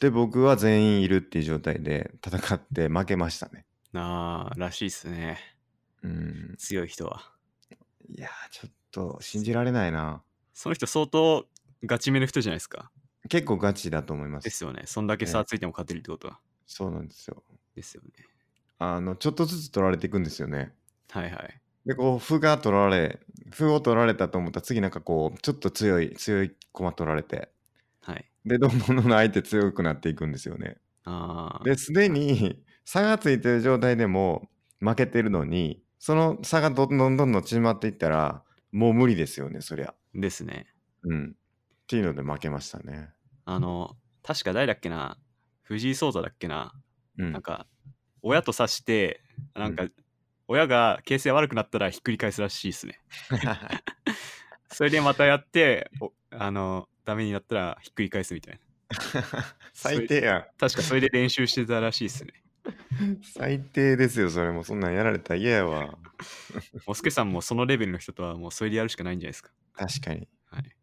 Speaker 1: で僕は全員いるっていう状態で戦って負けましたね
Speaker 2: なあ、らしいっすね。
Speaker 1: うん
Speaker 2: 強い人は。
Speaker 1: いやーちょっと信じられないな
Speaker 2: その人相当ガチめの人じゃないですか。
Speaker 1: 結構ガチだと思いま
Speaker 2: ですすよね。そんだけ
Speaker 1: え
Speaker 2: 差
Speaker 1: え
Speaker 2: ついても勝てるってことは。
Speaker 1: そうなんですよ
Speaker 2: ですよね。
Speaker 1: あのちょっとずつ取られていくんですよね
Speaker 2: はいはい。
Speaker 1: でこう歩が取られ歩を取られたと思ったら次なんかこうちょっと強い強い駒取られて
Speaker 2: はい。
Speaker 1: でどんどんどんどん相手強くなっていくんですよね
Speaker 2: ああ。
Speaker 1: ですでに差がついてる状態でも負けてるのにその差がどんどんどんどん縮まっていったらもう無理ですよねそりゃ
Speaker 2: ですね。
Speaker 1: うんっていうので負けましたね
Speaker 2: あの、確か誰だっけな藤井聡太だっけな、
Speaker 1: うん
Speaker 2: なんか、親と指して、なん
Speaker 1: う
Speaker 2: か、親が形勢悪くなったらひっくり返すらしいですね。それでまたやって、おあの、ダメになったらひっくり返すみたいな。
Speaker 1: 最低やん
Speaker 2: 確かそれで練習してたらしいですね。
Speaker 1: 最低ですよそれもそんなんやられたら嫌やわ
Speaker 2: モスケさんもそのレベルの人とはもうそれでやるしかないんじゃないですか。
Speaker 1: 確かに
Speaker 2: はい。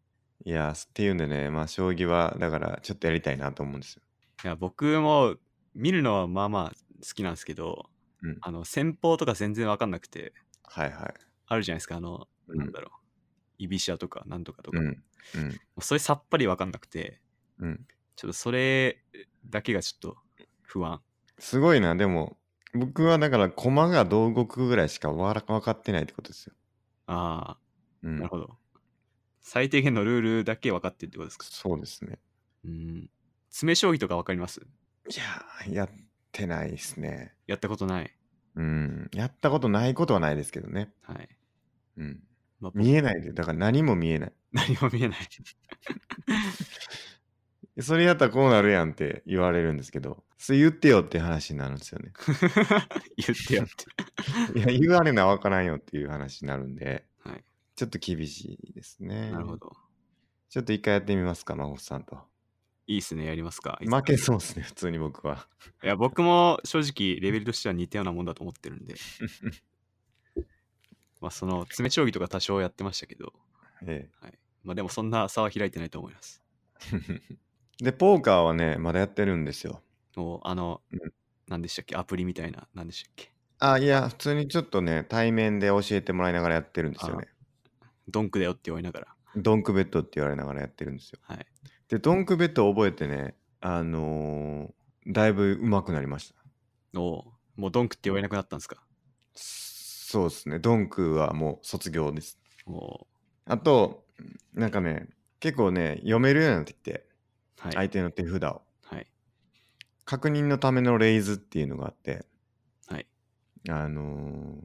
Speaker 1: いやっていうんでねまあ将棋はだからちょっとやりたいなと思うんですよ
Speaker 2: いや、僕も見るのはまあまあ好きなんですけど、
Speaker 1: うん
Speaker 2: あの、戦法とか全然わかんなくて、
Speaker 1: はいはい
Speaker 2: あるじゃないですか。あの、
Speaker 1: うん
Speaker 2: なんだろう。居飛車とかなんとかとか。
Speaker 1: う
Speaker 2: も
Speaker 1: んうん
Speaker 2: うそれさっぱりわかんなくて、
Speaker 1: うん
Speaker 2: ちょっとそれだけがちょっと不安。
Speaker 1: すごいなでも僕はだから駒がどう動くぐらいしかわら分かってないってことですよ、
Speaker 2: あ
Speaker 1: う
Speaker 2: あ、なんる、ほど。最低限のルールだけ分かってるってことですか。
Speaker 1: そうですね
Speaker 2: うん。詰将棋とか分かります
Speaker 1: いやーやってないですね
Speaker 2: やったことない。
Speaker 1: うんやったことないことはないですけどね
Speaker 2: はい。
Speaker 1: うん
Speaker 2: まあ、
Speaker 1: 見えないでだから何も見えない
Speaker 2: 何も見えない。
Speaker 1: それやったらこうなるやんって言われるんですけどそれ言ってよって話になるんですよね
Speaker 2: 言って やって。
Speaker 1: いや言われなわからんよっていう話になるんで
Speaker 2: はい。
Speaker 1: ちょっと厳しいですね
Speaker 2: なるほど。
Speaker 1: ちょっと一回やってみますか真帆さんと
Speaker 2: いいっすね。やりますか。いつか
Speaker 1: 負けそうですね普通に僕はい
Speaker 2: や、僕も正直、レベルとしては似たようなもんだと思って るんで。まあ、その、詰将棋とか多少やってましたけど、
Speaker 1: え
Speaker 2: まあ、でもそんな差は開いてないと思います。
Speaker 1: えでポーカーはねまだやってるんですよ
Speaker 2: もう、あの
Speaker 1: うん、
Speaker 2: 何でしたっけアプリみたいな、何でしたっけ
Speaker 1: あいや普通にちょっとね対面で教えてもらいながらやってるんですよね
Speaker 2: ドンクだよって言われながら。
Speaker 1: ドンクベッドって言われながらやってるんですよ
Speaker 2: はい。
Speaker 1: でドンクベッドを覚えてねあのーだいぶ上手くなりました
Speaker 2: おうもうドンクって言われなくなったんですか
Speaker 1: そうですねドンクはもう卒業です
Speaker 2: おう
Speaker 1: あとなんかね結構ね読めるようになってきて
Speaker 2: はい。
Speaker 1: 相手の手札を、
Speaker 2: はい。
Speaker 1: 確認のためのレイズっていうのがあって
Speaker 2: はい。
Speaker 1: あのー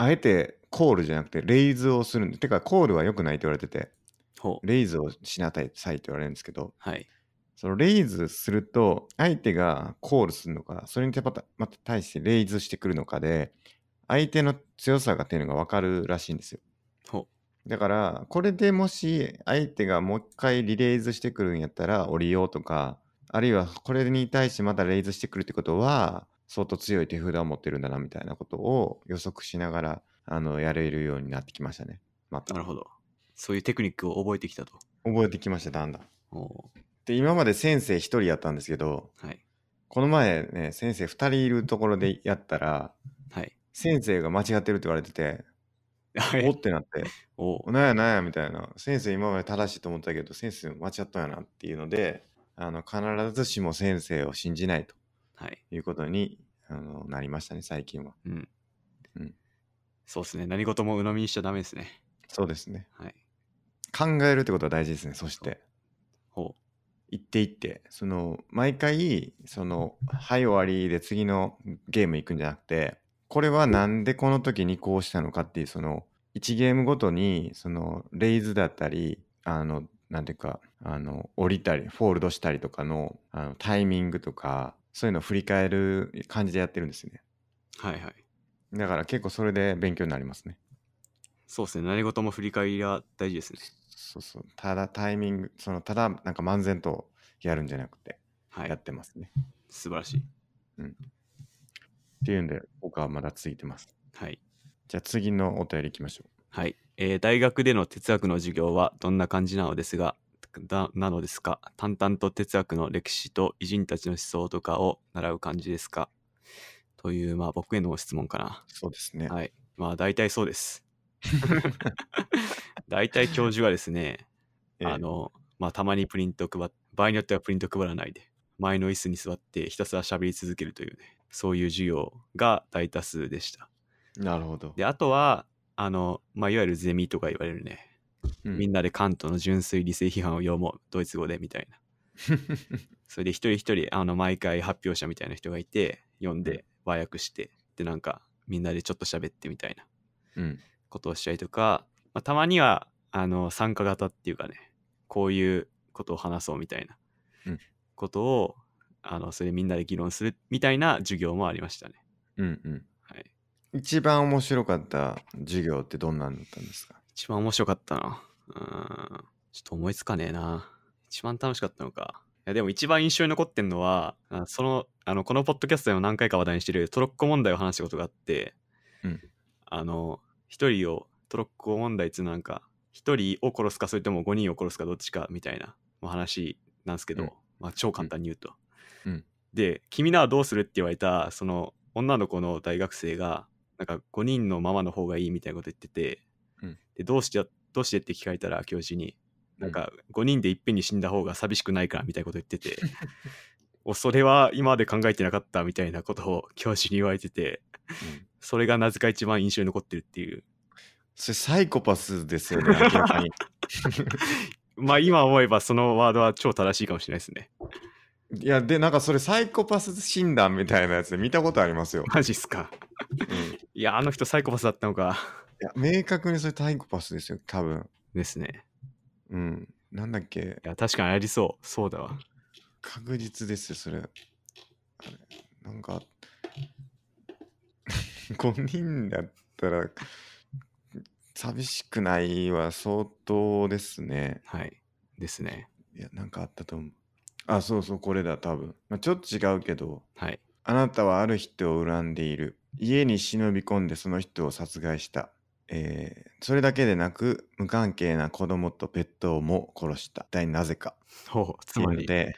Speaker 1: あえてコールじゃなくてレイズをするんでてかコールは良くないって言われてて
Speaker 2: ほう。
Speaker 1: レイズをしなさいって言われるんですけど
Speaker 2: はい。
Speaker 1: そのレイズすると相手がコールするのかそれにまたまた対してレイズしてくるのかで相手の強さがっていうのが分かるらしいんですよ。
Speaker 2: ほ
Speaker 1: だから、これでもし相手がもう一回リレーズしてくるんやったら降りようとか、あるいはこれに対してまたレイズしてくるってことは、相当強い手札を持ってるんだなみたいなことを予測しながら、あの、やれるようになってきましたね。ま
Speaker 2: う
Speaker 1: た。
Speaker 2: なる
Speaker 1: 覚
Speaker 2: ほどそういうテクニックを覚えてきたと
Speaker 1: えてきました、だんだん。
Speaker 2: おー
Speaker 1: で、今まで先生一人やったんですけど、
Speaker 2: はい
Speaker 1: この前ね、先生二人いるところでやったら、
Speaker 2: はい
Speaker 1: 先生が間違ってるって言われてて、おってなって、
Speaker 2: おー
Speaker 1: なんやなんやみたいな先生今まで正しいと思ってたけど先生間違ったんやなっていうのであの必ずしも先生を信じないと
Speaker 2: はい
Speaker 1: いうことにあのなりましたね最近は
Speaker 2: うん、
Speaker 1: うん
Speaker 2: そうですね何事も鵜呑みにしちゃダメですね
Speaker 1: そうですね
Speaker 2: はい
Speaker 1: 考えるってことは大事ですねそして
Speaker 2: ほ
Speaker 1: 一手一手その毎回その「はい終わり」で次のゲーム行くんじゃなくてこれはなんでこの時にこうしたのかっていうその1ゲームごとにそのレイズだったりあのなんていうかあの降りたりフォールドしたりとかのあのタイミングとかそういうのを振り返る感じでやってるんですよね
Speaker 2: うはいはい
Speaker 1: だから結構それで勉強になりますね
Speaker 2: そうですね何事も振り返りが大事ですね
Speaker 1: そうそうただタイミングそのただなんか漫然とやるんじゃなくて
Speaker 2: は
Speaker 1: や
Speaker 2: い
Speaker 1: ってますね、
Speaker 2: 素晴らしい
Speaker 1: っていうんで僕はまだついてます
Speaker 2: はい
Speaker 1: じゃあ次のお便り行きましょう。
Speaker 2: はい、えー大学での哲学の授業はどんな感じなのですがだなのですか淡々と哲学の歴史と偉人たちの思想とかを習う感じですかというまあ僕への質問か
Speaker 1: そうですね
Speaker 2: なはいまあ大体そうです 大体教授がですね
Speaker 1: ええ
Speaker 2: あの、まあ、たまにプリント配っ場合によってはプリント配らないで、前の椅子に座ってひたすら喋り続けるというね、そういう授業が大多数でした。
Speaker 1: なるほど。
Speaker 2: で、あとは、あの、まあ、いわゆるゼミとか言われるね、
Speaker 1: うん
Speaker 2: みんなでカントの純粋理性批判を読もう、ドイツ語でみたいな。それで一人一人、あの、毎回発表者みたいな人がいて、読んで和訳して、で、なんか、みんなでちょっと喋ってみたいな
Speaker 1: うん、
Speaker 2: ことをしたりとか、まあ、たまには、あの、参加型っていうかね、こういうことを話そうみたいな
Speaker 1: うん
Speaker 2: ことを、あの、それみんなで議論するみたいな授業もありましたね。
Speaker 1: うん、うん。
Speaker 2: はい。
Speaker 1: 一番面白かった授業ってどんなんだったんですか
Speaker 2: 一番面白かったな。うーん。ちょっと思いつかねえな。一番楽しかったのか。いやでも一番印象に残ってんのは、あその、あの、このポッドキャストでも何回か話題にしてるトロッコ問題を話したことがあって、
Speaker 1: うん
Speaker 2: あの、一人を、トロッコ問題っつうのはなんか、一人を殺すか、それとも五人を殺すかどっちかみたいなまあ話なんですけど、
Speaker 1: うん
Speaker 2: まあ超簡単に言うと。
Speaker 1: うん
Speaker 2: で、君ならどうするって言われた、その女の子の大学生が、なんか5人のままの方がいいみたいなこと言ってて、
Speaker 1: うん
Speaker 2: でどうしてやどうしてって聞かれたら教授に
Speaker 1: うん
Speaker 2: なんか5人でいっぺんに死んだ方が寂しくないからみたいなこと言っ てておそれは今まで考えてなかったみたいなことを教授に言われてて
Speaker 1: うん
Speaker 2: それがなぜか一番印象に残ってるっていう
Speaker 1: それサイコパスですよね、明らかに。
Speaker 2: まあ今思えばそのワードは超正しいかもしれないですね
Speaker 1: いや、で、なんかそれサイコパス診断みたいなやつで見たことありますよ。
Speaker 2: マジっすか
Speaker 1: うん、い
Speaker 2: いやあの人サイコパスだったのか
Speaker 1: や明確にそれサイコパスですよ、多分。
Speaker 2: ですね
Speaker 1: うん。なんだっけ、
Speaker 2: いや確かにありそうそうだわ
Speaker 1: 確実ですよ、それ。あれなんか、5人だったら、寂しくないは相当ですね。
Speaker 2: はいですね
Speaker 1: いや、なんかあったと思う。あ、そうそう、これだ、多分。まあ、ちょっと違うけど、
Speaker 2: はい
Speaker 1: あなたはある人を恨んでいる。家に忍び込んでその人を殺害した。えーそれだけでなく、無関係な子供とペットも殺した。一体なぜか。
Speaker 2: ほうつ
Speaker 1: ってい
Speaker 2: ま
Speaker 1: うの
Speaker 2: り
Speaker 1: で、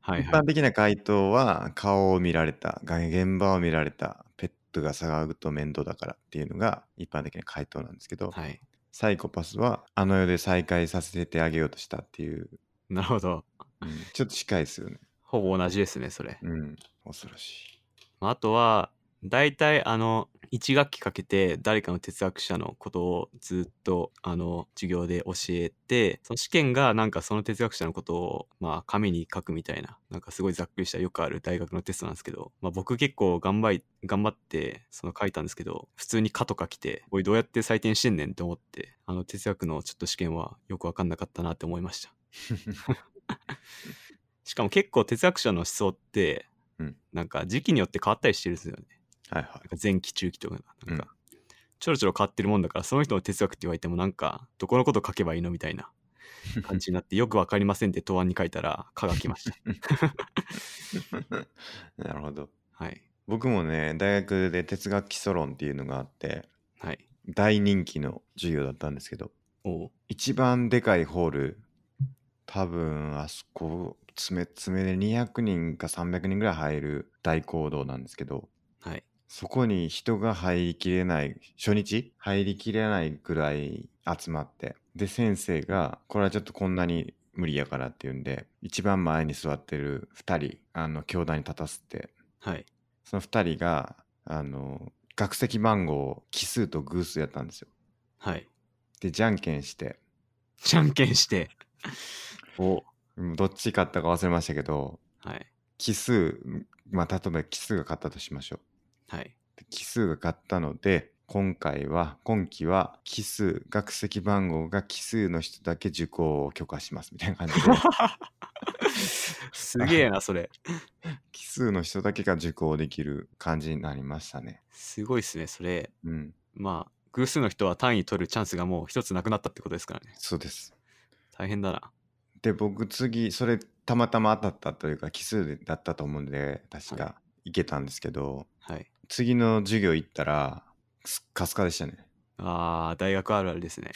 Speaker 2: はい
Speaker 1: 一
Speaker 2: はい
Speaker 1: 般的な回答は顔を見られたが現場を見られたペットが騒ぐと面倒だからっていうのが一般的な回答なんですけど、
Speaker 2: はい
Speaker 1: サイコパスはあの世で再会させてあげようとしたっていう、
Speaker 2: なるほど
Speaker 1: うんちょっと近いですよね
Speaker 2: ほぼ同じですねそれ
Speaker 1: うん恐ろし
Speaker 2: まあ、あとは大体あの1学期かけて誰かの哲学者のことをずっとあの授業で教えてその試験がなんかその哲学者のことをまあ紙に書くみたいななんかすごいざっくりしたよくある大学のテストなんですけど、まあ、僕結構頑張り頑張ってその書いたんですけど普通に「か」とか来ておいどうやって採点してんねんって思ってあの哲学のちょっと試験はよく分かんなかったなって思いました。しかも結構哲学者の思想って、
Speaker 1: うん
Speaker 2: なんか時期によって変わったりしてるんですよね。
Speaker 1: はいは
Speaker 2: なんか前期中期とか
Speaker 1: う。
Speaker 2: なんんかちょろちょろ変わってるもんだからその人の哲学って言われてもなんかどこのこと書けばいいのみたいない感じになってよくわかりませんって答案に書いたら「か」が来ました。
Speaker 1: なるほど。
Speaker 2: はい
Speaker 1: 僕もね、大学で哲学基礎論っていうのがあって、
Speaker 2: はい。
Speaker 1: 大人気の授業だったんですけど、
Speaker 2: おう
Speaker 1: 一番でかいホール、多分あそこ、詰め詰めで200人か300人ぐらい入る大講堂なんですけど、
Speaker 2: はい。
Speaker 1: そこに人が入りきれない、初日入りきれないくらい集まって、で、先生が、これはちょっとこんなに無理やからっていうんで、一番前に座ってる二人、あの、教壇に立たせて、
Speaker 2: はい。
Speaker 1: その二人が、あの、学籍番号を奇数と偶数やったんですよ。
Speaker 2: はい。
Speaker 1: で、じゃんけんして、
Speaker 2: じゃんけんして。おう
Speaker 1: うんどっち勝ったか忘れましたけど、
Speaker 2: はい。
Speaker 1: 奇数、まあ、例えば奇数が勝ったとしましょう。
Speaker 2: はい。
Speaker 1: で奇数が買ったので今回は今期は奇数学籍番号が奇数の人だけ受講を許可しますみたいな感 じで
Speaker 2: すげえな、それ。
Speaker 1: 奇数の人だけが受講できる感じになりましたね。
Speaker 2: すごいっすね、それ。
Speaker 1: うん、
Speaker 2: まあ、偶数の人は単位取るチャンスがもう一つなくなったってことですからね。
Speaker 1: そうです。
Speaker 2: 大変だな。
Speaker 1: で僕次それたまたま当たったというか奇数だったと思うんで確か
Speaker 2: はい
Speaker 1: けたんですけど、
Speaker 2: はい。
Speaker 1: 次の授業行ったらすっかすかでしたね。
Speaker 2: ああ、大学あるある ですね。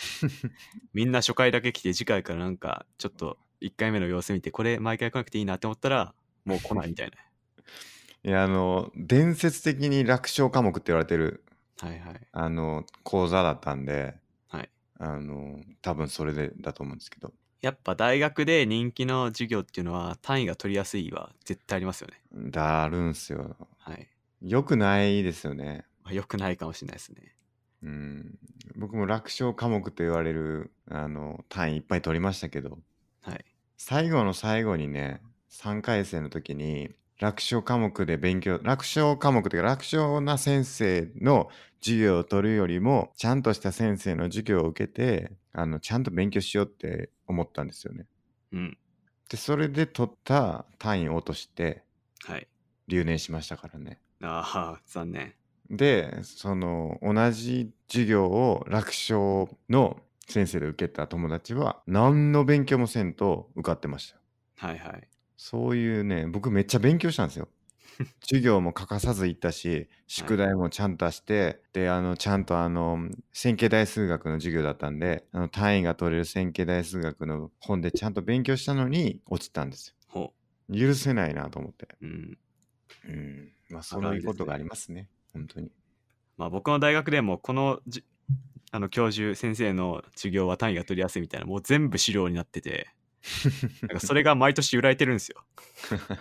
Speaker 2: みんな初回だけ来て、次回からなんか、ちょっと1回目の様子見て、これ毎回来なくていいなって思ったら、もう来ないみたい
Speaker 1: いやあの伝説的に楽勝科目って言われてる
Speaker 2: な。 はいはい。
Speaker 1: あの講座だったんで、
Speaker 2: はい
Speaker 1: あの多分それでだと思うんですけど
Speaker 2: やっぱ大学で人気の授業っていうのは、単位が取りやすいは絶対ありますよね。
Speaker 1: だるんすよ
Speaker 2: はい。
Speaker 1: よくないですよね
Speaker 2: まあ、よくないかもしれないですね。
Speaker 1: うん僕も楽勝科目と言われるあの単位いっぱい取りましたけど
Speaker 2: はい。
Speaker 1: 最後の最後にね3回生の時に楽勝科目で勉強楽勝科目というか楽勝な先生の授業を取るよりもちゃんとした先生の授業を受けてあのちゃんと勉強しようって思ったんですよね。
Speaker 2: うん。
Speaker 1: でそれで取った単位を落として
Speaker 2: はい。
Speaker 1: 留年しましたからね
Speaker 2: ああ、残念。
Speaker 1: でその同じ授業を楽勝の先生で受けた友達は何の勉強もせんと受かってました
Speaker 2: はいはい。
Speaker 1: そういうね僕めっちゃ勉強したん ですよ授業も欠かさず行ったし宿題もちゃんとして、であのちゃんとあの線形代数学の授業だったんであの単位が取れる線形代数学の本でちゃんと勉強したのに落ちたんですよ
Speaker 2: ほ
Speaker 1: 許せないなと思って
Speaker 2: う。うん。
Speaker 1: うん、まあそ
Speaker 2: あるあ
Speaker 1: う
Speaker 2: る
Speaker 1: い
Speaker 2: で
Speaker 1: う
Speaker 2: すね
Speaker 1: ことがありますね、本当に。
Speaker 2: まあ、僕の大学でもこのじあの教授先生の授業は単位が取りやすいみたいなもう全部資料になって てなんかそれが毎年揺られてるんですよ。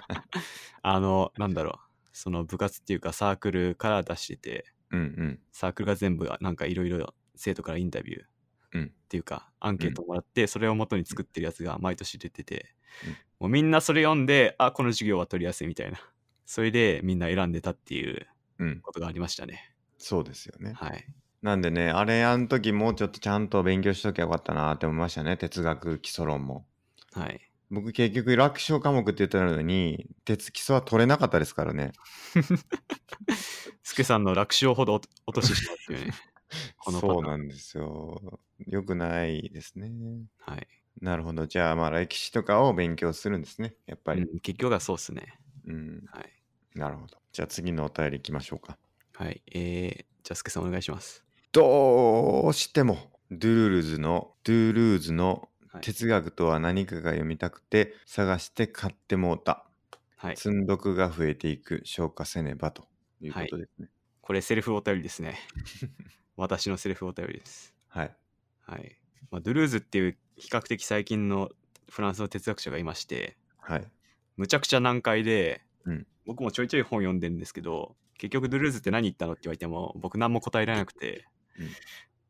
Speaker 2: あのなんだろうその部活っていうかサークルから出してて
Speaker 1: うんうん
Speaker 2: サークルが全部なんかいろいろ生徒からインタビューっ
Speaker 1: うん
Speaker 2: ていうかアンケートもらってそれを元に作ってるやつが毎年出てて
Speaker 1: うん
Speaker 2: もうみんなそれ読んであこの授業は取りやすいみたいなそれでみんな選んでたっていう
Speaker 1: うん、
Speaker 2: ことがありましたね。
Speaker 1: そうですよね。
Speaker 2: はい
Speaker 1: なんでね、あれ、あの時もうちょっとちゃんと勉強しときゃよかったなって思いましたね、哲学基礎論も。
Speaker 2: はい
Speaker 1: 僕、結局、楽勝科目って言ってたのに、鉄基礎は取れなかったですからね。
Speaker 2: スケさんの楽勝ほど落としてしまうっていう ね。このパターン
Speaker 1: そうなんですよ。よくないですね。
Speaker 2: はい、
Speaker 1: なるほど。じゃあ、まあ、歴史とかを勉強するんですね、やっぱり。
Speaker 2: うん結局はそうっすね。
Speaker 1: うん、
Speaker 2: はい。
Speaker 1: なるほど。じゃあ、次のお便り行きましょうか。
Speaker 2: はい。えー、じゃあ、スケさんお願いします。
Speaker 1: どうしてもドゥルールズのドゥルーズの
Speaker 2: はい。
Speaker 1: 哲学とは何かが読みたくて探して買ってもうた
Speaker 2: はい、
Speaker 1: 積んどくが増えていく消化せねばということですね
Speaker 2: これ、セルフお便り ですね。私のセルフお便りです。
Speaker 1: はい、
Speaker 2: はい。まあ、ドゥルーズっていう比較的最近のフランスの哲学者がいまして、
Speaker 1: はい
Speaker 2: むちゃくちゃ難解で、
Speaker 1: うん
Speaker 2: 僕もちょいちょい本読んでるんですけど、結局ドゥルーズって何言ったのって言われても、僕何も答えられなくて、
Speaker 1: うん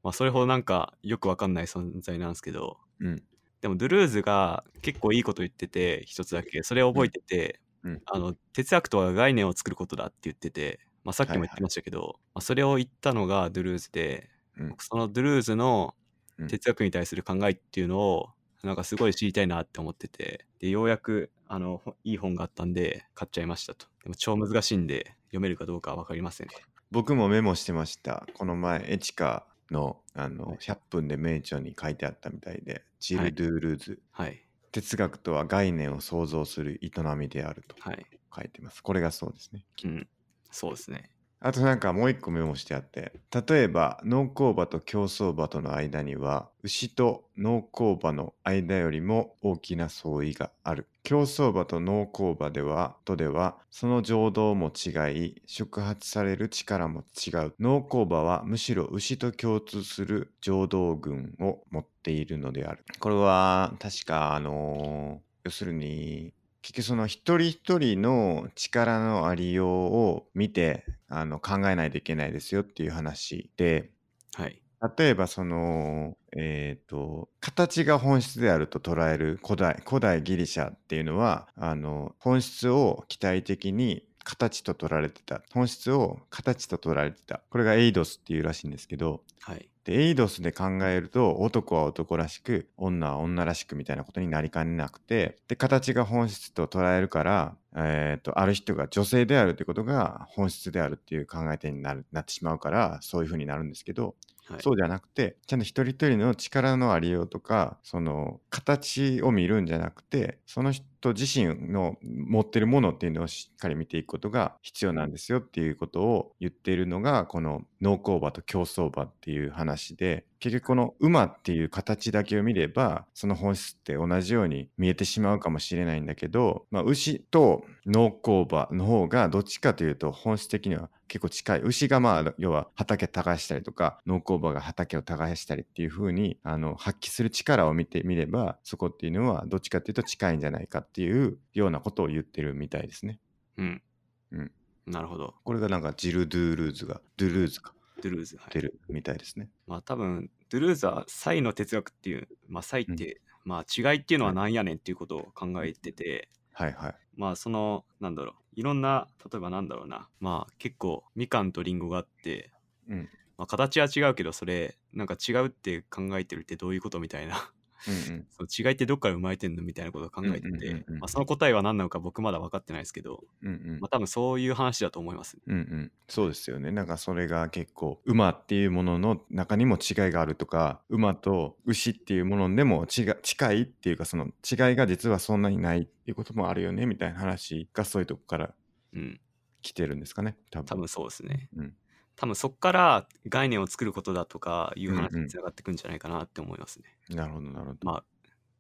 Speaker 2: まあ、それほどなんかよくわかんない存在なんですけど、
Speaker 1: うん
Speaker 2: でもドゥルーズが結構いいこと言ってて一つだけそれを覚えてて、
Speaker 1: うんうん
Speaker 2: あの哲学とは概念を作ることだって言ってて、まあ、さっきも言ってましたけど、まあ、それを言ったのがドゥルーズで、
Speaker 1: うん
Speaker 2: 僕そのドゥルーズの
Speaker 1: うん
Speaker 2: 哲学に対する考えっていうのをなんかすごい知りたいなって思っててでようやくあのほいい本があったんで買っちゃいましたとでも超難しいんで読めるかどうかは分かりません
Speaker 1: 僕もメモしてました。この前、エチカのあの100分で名著に書いてあったみたいで、ジ
Speaker 2: はい
Speaker 1: ル・ドゥ・ルーズ、
Speaker 2: はい。
Speaker 1: 哲学とは概念を創造する営みであると
Speaker 2: はい。
Speaker 1: 書いてます。これがそうですね。
Speaker 2: うん。そうですね。
Speaker 1: あとなんかもう一個メモしてあって、例えば農耕馬と競走馬との間には、牛と農耕馬の間よりも大きな相違がある。競走馬と農耕馬では、とでは、その情動も違い、触発される力も違う。農耕馬はむしろ牛と共通する情動群を持っているのである。これは、確か、あのー要するに、結局その一人一人の力のありようを見てあの考えないといけないですよっていう話で
Speaker 2: はい。
Speaker 1: 例えばそのえっ、と形が本質であると捉える古代古代ギリシャっていうのはあの本質を期待的に形と取られてた本質を形と取られてたこれがエイドスっていうらしいんですけど
Speaker 2: はい。
Speaker 1: でエイドスで考えると男は男らしく女は女らしくみたいなことになりかねなくてで形が本質と捉えるから、えー、とある人が女性であるということが本質であるっていう考え手になるなってしまうからそういうふうになるんですけど、
Speaker 2: はい。
Speaker 1: そうじゃなくてちゃんと一人一人の力のありようとかその形を見るんじゃなくてその人自身の持ってるものっていうのをしっかり見ていくことが必要なんですよっていうことを言っているのがこの農耕馬と競走馬っていう話で結局この馬っていう形だけを見ればその本質って同じように見えてしまうかもしれないんだけど、まあ、牛と農耕馬の方がどっちかというと本質的には結構近い牛がまあ要は畑耕したりとか農耕馬が畑を耕したりっていう風にあの発揮する力を見てみればそこっていうのはどっちかっていうと近いんじゃないかっていうようなことを言ってるみたいですね。
Speaker 2: うん。
Speaker 1: うん。
Speaker 2: なるほど。
Speaker 1: これがなんかジル・ドゥ・ルーズがドゥ・ルーズが
Speaker 2: ドゥルーズ。はい
Speaker 1: 出るみたいですね。
Speaker 2: まあ多分、ドゥルーズはサイの哲学っていう、まあサイって、まあ違いっていうのはなんやねんっていうことを考えてて、
Speaker 1: はいはい。
Speaker 2: まあその、なんだろう、いろんな、例えばなんだろうな、まあ結構みかんとりんごがあって、
Speaker 1: うんうん
Speaker 2: まあ、形は違うけどそれなんか違うって考えてるってどういうことみたいな
Speaker 1: うん
Speaker 2: その違いってどっから生まれてんのみたいなことを考えて
Speaker 1: うんうんうん
Speaker 2: て
Speaker 1: うん
Speaker 2: まあその答えは何なのか僕まだ分かってないですけど、
Speaker 1: うんうん
Speaker 2: まあ、多分そういう話だと思います
Speaker 1: うんうん、そうですよねなんかそれが結構馬っていうものの中にも違いがあるとか馬と牛っていうものでも違近いっていうかその違いが実はそんなにないっていうこともあるよねみたいな話がそういうとこから
Speaker 2: うん
Speaker 1: 来てるんですかね多分
Speaker 2: 多分そうですね、
Speaker 1: うん
Speaker 2: 多分そっから概念を作ることだとかいう話
Speaker 1: うんうん
Speaker 2: につながってくんじゃないかなって思いますね、
Speaker 1: なるほどなるほど、
Speaker 2: まあ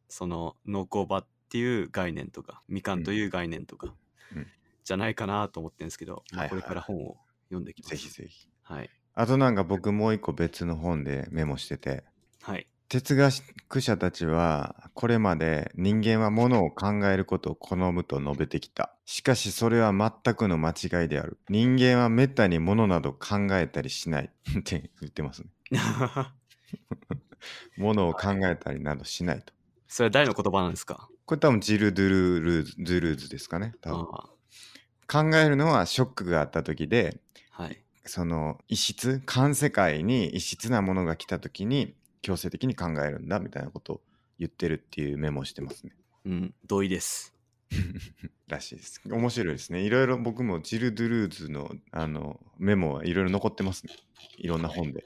Speaker 2: その農耕場っていう概念とかみかんという概念とか、
Speaker 1: うん
Speaker 2: じゃないかなと思ってるんですけど、まあ
Speaker 1: はい
Speaker 2: こ
Speaker 1: はい
Speaker 2: れから本を読んでいきます
Speaker 1: ぜひぜひ
Speaker 2: はい
Speaker 1: あとなんか僕もう一個別の本でメモしてて
Speaker 2: はい
Speaker 1: 哲学者たちはこれまで人間は物を考えることを好むと述べてきたしかしそれは全くの間違いである人間はめったに物など考えたりしないって言ってますね物を考えたりなどしないと
Speaker 2: それは誰の言葉なんですか
Speaker 1: これ多分ジル・ドゥルールーズ・ドゥルーズですかね多分
Speaker 2: あ
Speaker 1: 考えるのはショックがあった時で
Speaker 2: あはい。
Speaker 1: その異質観世界に異質なものが来た時に強制的に考えるんだみたいなことを言ってるっていうメモをしてますね
Speaker 2: うん、同意です。
Speaker 1: らしいです。面白いですね。いろいろ僕もジル・ドゥルーズのあのメモはいろいろ残ってますね。いろんな本で。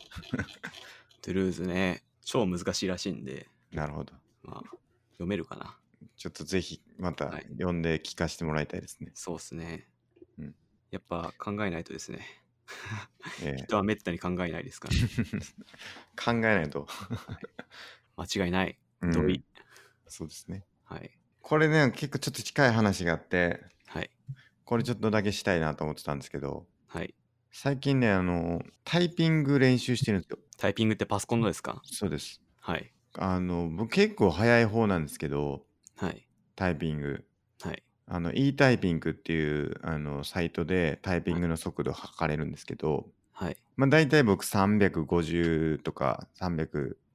Speaker 2: トゥルーズね、超難しいらしいんで、
Speaker 1: なるほど。
Speaker 2: まあ、読めるかな。
Speaker 1: ちょっとぜひまた
Speaker 2: はい
Speaker 1: 読んで聞かせてもらいたいですね。
Speaker 2: そうっすね。
Speaker 1: うん
Speaker 2: やっぱ考えないとですね。
Speaker 1: ええ
Speaker 2: 人はめったに考えないですから、
Speaker 1: 考えないと。
Speaker 2: 間違いない。
Speaker 1: うん
Speaker 2: 同意。
Speaker 1: そうですね。
Speaker 2: はい。
Speaker 1: これね、結構ちょっと近い話があって、
Speaker 2: はい。
Speaker 1: これちょっとだけしたいなと思ってたんですけど、
Speaker 2: はい。
Speaker 1: 最近ね、あの、タイピング練習してるんですよ。
Speaker 2: タイピングってパソコンのですか
Speaker 1: そうです。
Speaker 2: はい。
Speaker 1: あの、僕結構早い方なんですけど、
Speaker 2: はい。
Speaker 1: タイピング。
Speaker 2: はい。
Speaker 1: あの e タイピングっていうあのサイトでタイピングの速度を測れるんですけど、
Speaker 2: はい。
Speaker 1: まあ、大体僕350とか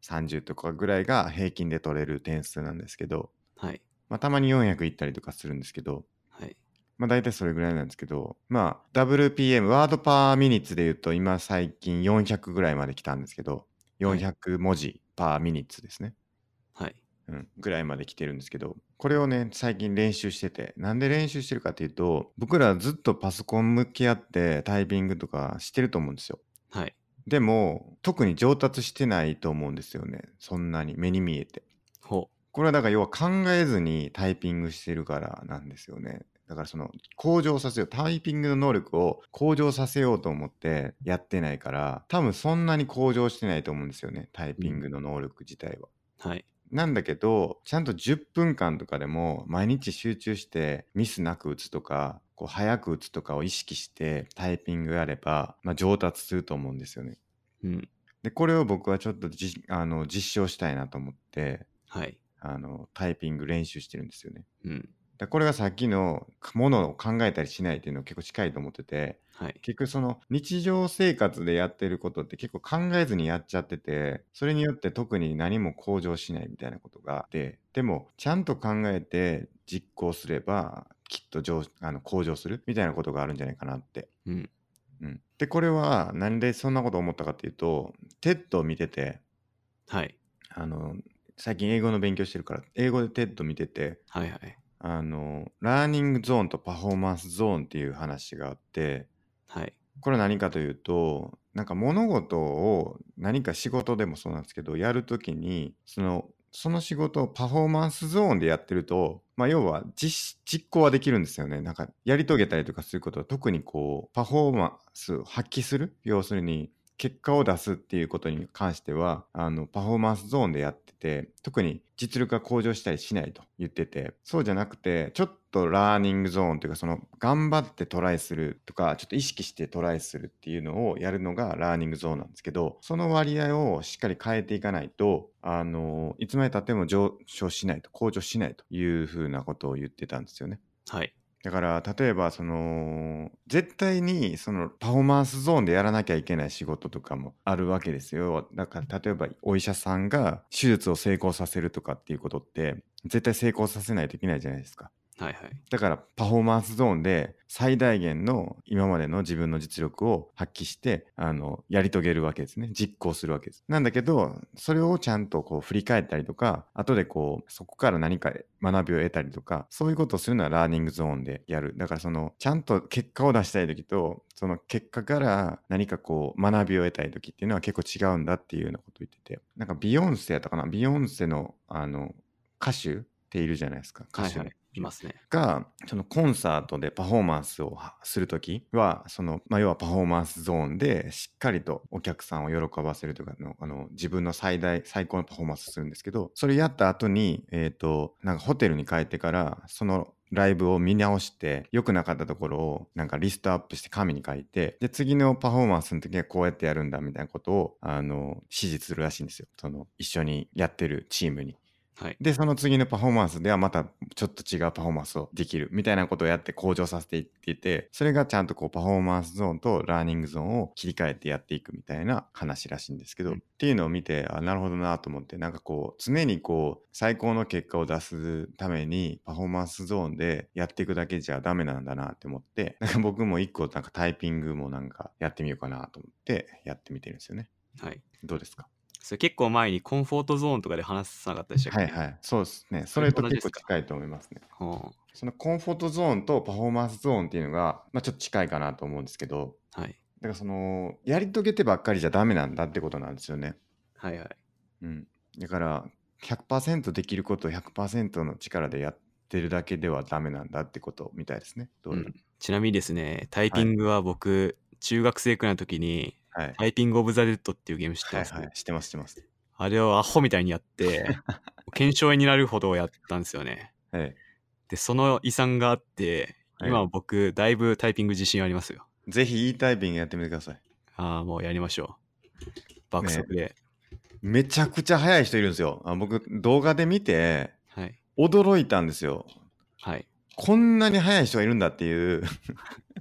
Speaker 1: 330とかぐらいが平均で取れる点数なんですけど、
Speaker 2: はい。
Speaker 1: まあ、たまに400いったりとかするんですけど、
Speaker 2: はい。
Speaker 1: まあ、大体それぐらいなんですけどまあ WPM ワードパーミニッツで言うと今最近400ぐらいまで来たんですけど400文字パーミニッツですね。
Speaker 2: はい。
Speaker 1: うん、ぐらいまで来てるんですけど、これをね、最近練習してて、なんで練習してるかっていうと、僕らずっとパソコン向き合ってタイピングとかしてると思うんですよ。
Speaker 2: はい。
Speaker 1: でも、特に上達してないと思うんですよね。そんなに目に見えて。
Speaker 2: ほ
Speaker 1: これはだから要は考えずにタイピングしてるからなんですよね。だからその向上させようタイピングの能力を向上させようと思ってやってないから多分そんなに向上してないと思うんですよねタイピングの能力自体は。
Speaker 2: う。はい。
Speaker 1: なんだけどちゃんと10分間とかでも毎日集中してミスなく打つとかこう早く打つとかを意識してタイピングやれば、まあ、上達すると思うんですよね。
Speaker 2: うん。
Speaker 1: でこれを僕はちょっとじあの実証したいなと思って
Speaker 2: はい。
Speaker 1: あのタイピング練習してるんですよね。
Speaker 2: うん。
Speaker 1: だこれがさっきのものを考えたりしないっていうの結構近いと思ってて
Speaker 2: はい。
Speaker 1: 結局その日常生活でやってることって結構考えずにやっちゃっててそれによって特に何も向上しないみたいなことがあってでもちゃんと考えて実行すればきっと上あの向上するみたいなことがあるんじゃないかなって
Speaker 2: うん。
Speaker 1: うん、でこれはなんでそんなこと思ったかっていうと TED を見てて
Speaker 2: はい。
Speaker 1: あの最近英語の勉強してるから英語で TED 見てて
Speaker 2: はいはい。
Speaker 1: あのラーニングゾーンとパフォーマンスゾーンっていう話があって
Speaker 2: はい。
Speaker 1: これは何かというとなんか物事を何か仕事でもそうなんですけどやるときにそのその仕事をパフォーマンスゾーンでやってると、まあ、要は実実行はできるんですよねなんかやり遂げたりとかすることは特にこうパフォーマンスを発揮する要するに結果を出すっていうことに関してはあのパフォーマンスゾーンでやってて特に実力が向上したりしないと言っててそうじゃなくてちょっとラーニングゾーンというかその頑張ってトライするとかちょっと意識してトライするっていうのをやるのがラーニングゾーンなんですけどその割合をしっかり変えていかないとあのいつまでたっても上昇しないと向上しないというふうなことを言ってたんですよね。
Speaker 2: はい。
Speaker 1: だから例えばその絶対にそのパフォーマンスゾーンでやらなきゃいけない仕事とかもあるわけですよだから例えばお医者さんが手術を成功させるとかっていうことって絶対成功させないといけないじゃないですか
Speaker 2: はいはい。
Speaker 1: だからパフォーマンスゾーンで最大限の今までの自分の実力を発揮してあのやり遂げるわけですね実行するわけですなんだけどそれをちゃんとこう振り返ったりとか後でこうそこから何か学びを得たりとかそういうことをするのはラーニングゾーンでやるだからそのちゃんと結果を出したい時とその結果から何かこう学びを得たい時っていうのは結構違うんだっていうようなことを言っててなんかビヨンセやったかなビヨンセのあの歌手っているじゃないですか歌
Speaker 2: はい
Speaker 1: 手の
Speaker 2: はい。いますね。
Speaker 1: がそのコンサートでパフォーマンスをはする時はその、まあ、要はパフォーマンスゾーンでしっかりとお客さんを喜ばせるとかのあの自分の最大最高のパフォーマンスするんですけどそれやった後にえっ、となんかホテルに帰ってからそのライブを見直して良くなかったところをなんかリストアップして紙に書いてで次のパフォーマンスの時はこうやってやるんだみたいなことをあの指示するらしいんですよその一緒にやってるチームに。
Speaker 2: はい。
Speaker 1: で、その次のパフォーマンスではまたちょっと違うパフォーマンスをできるみたいなことをやって向上させていっていて、それがちゃんとこうパフォーマンスゾーンとラーニングゾーンを切り替えてやっていくみたいな話らしいんですけど、
Speaker 2: うん
Speaker 1: っていうのを見て、あ、なるほどなと思って、なんかこう常にこう最高の結果を出すためにパフォーマンスゾーンでやっていくだけじゃダメなんだなって思って、なんか僕も一個なんかタイピングもなんかやってみようかなと思ってやってみてるんですよね。
Speaker 2: はい。
Speaker 1: どうですか
Speaker 2: それ結構前にコンフォートゾーンとかで話さなかったでしたっけ
Speaker 1: はいはい。そうですね。それと結構
Speaker 2: 同じですか
Speaker 1: 近いと思いますね。
Speaker 2: ほ
Speaker 1: そのコンフォートゾーンとパフォーマンスゾーンっていうのが、まあ、ちょっと近いかなと思うんですけど、
Speaker 2: うはい。
Speaker 1: だからその、やり遂げてばっかりじゃダメなんだってことなんですよね。
Speaker 2: はいはい。
Speaker 1: うん。だから、100%できることを100%の力でやってるだけではダメなんだってことみたいですね。どうやら
Speaker 2: うんちなみにですね、タイピングは僕、中学生くらいの時に、
Speaker 1: はい。
Speaker 2: タイピングオブザ・デッドっていうゲーム知って
Speaker 1: はい
Speaker 2: ます、
Speaker 1: はい。してますしてます。
Speaker 2: あれをアホみたいにやって、 検証になるほどやったんですよね。
Speaker 1: はい。
Speaker 2: で、その遺産があって、
Speaker 1: はい
Speaker 2: 今僕、だいぶタイピング自信ありますよ。
Speaker 1: ぜひいいタイピングやってみてください。
Speaker 2: ああ、もうやりましょう。爆速で。
Speaker 1: めちゃくちゃ速い人いるんですよ。あ僕、動画で見て、
Speaker 2: はい。
Speaker 1: 驚いたんですよ。
Speaker 2: はい。
Speaker 1: こんなに速い人がいるんだっていう、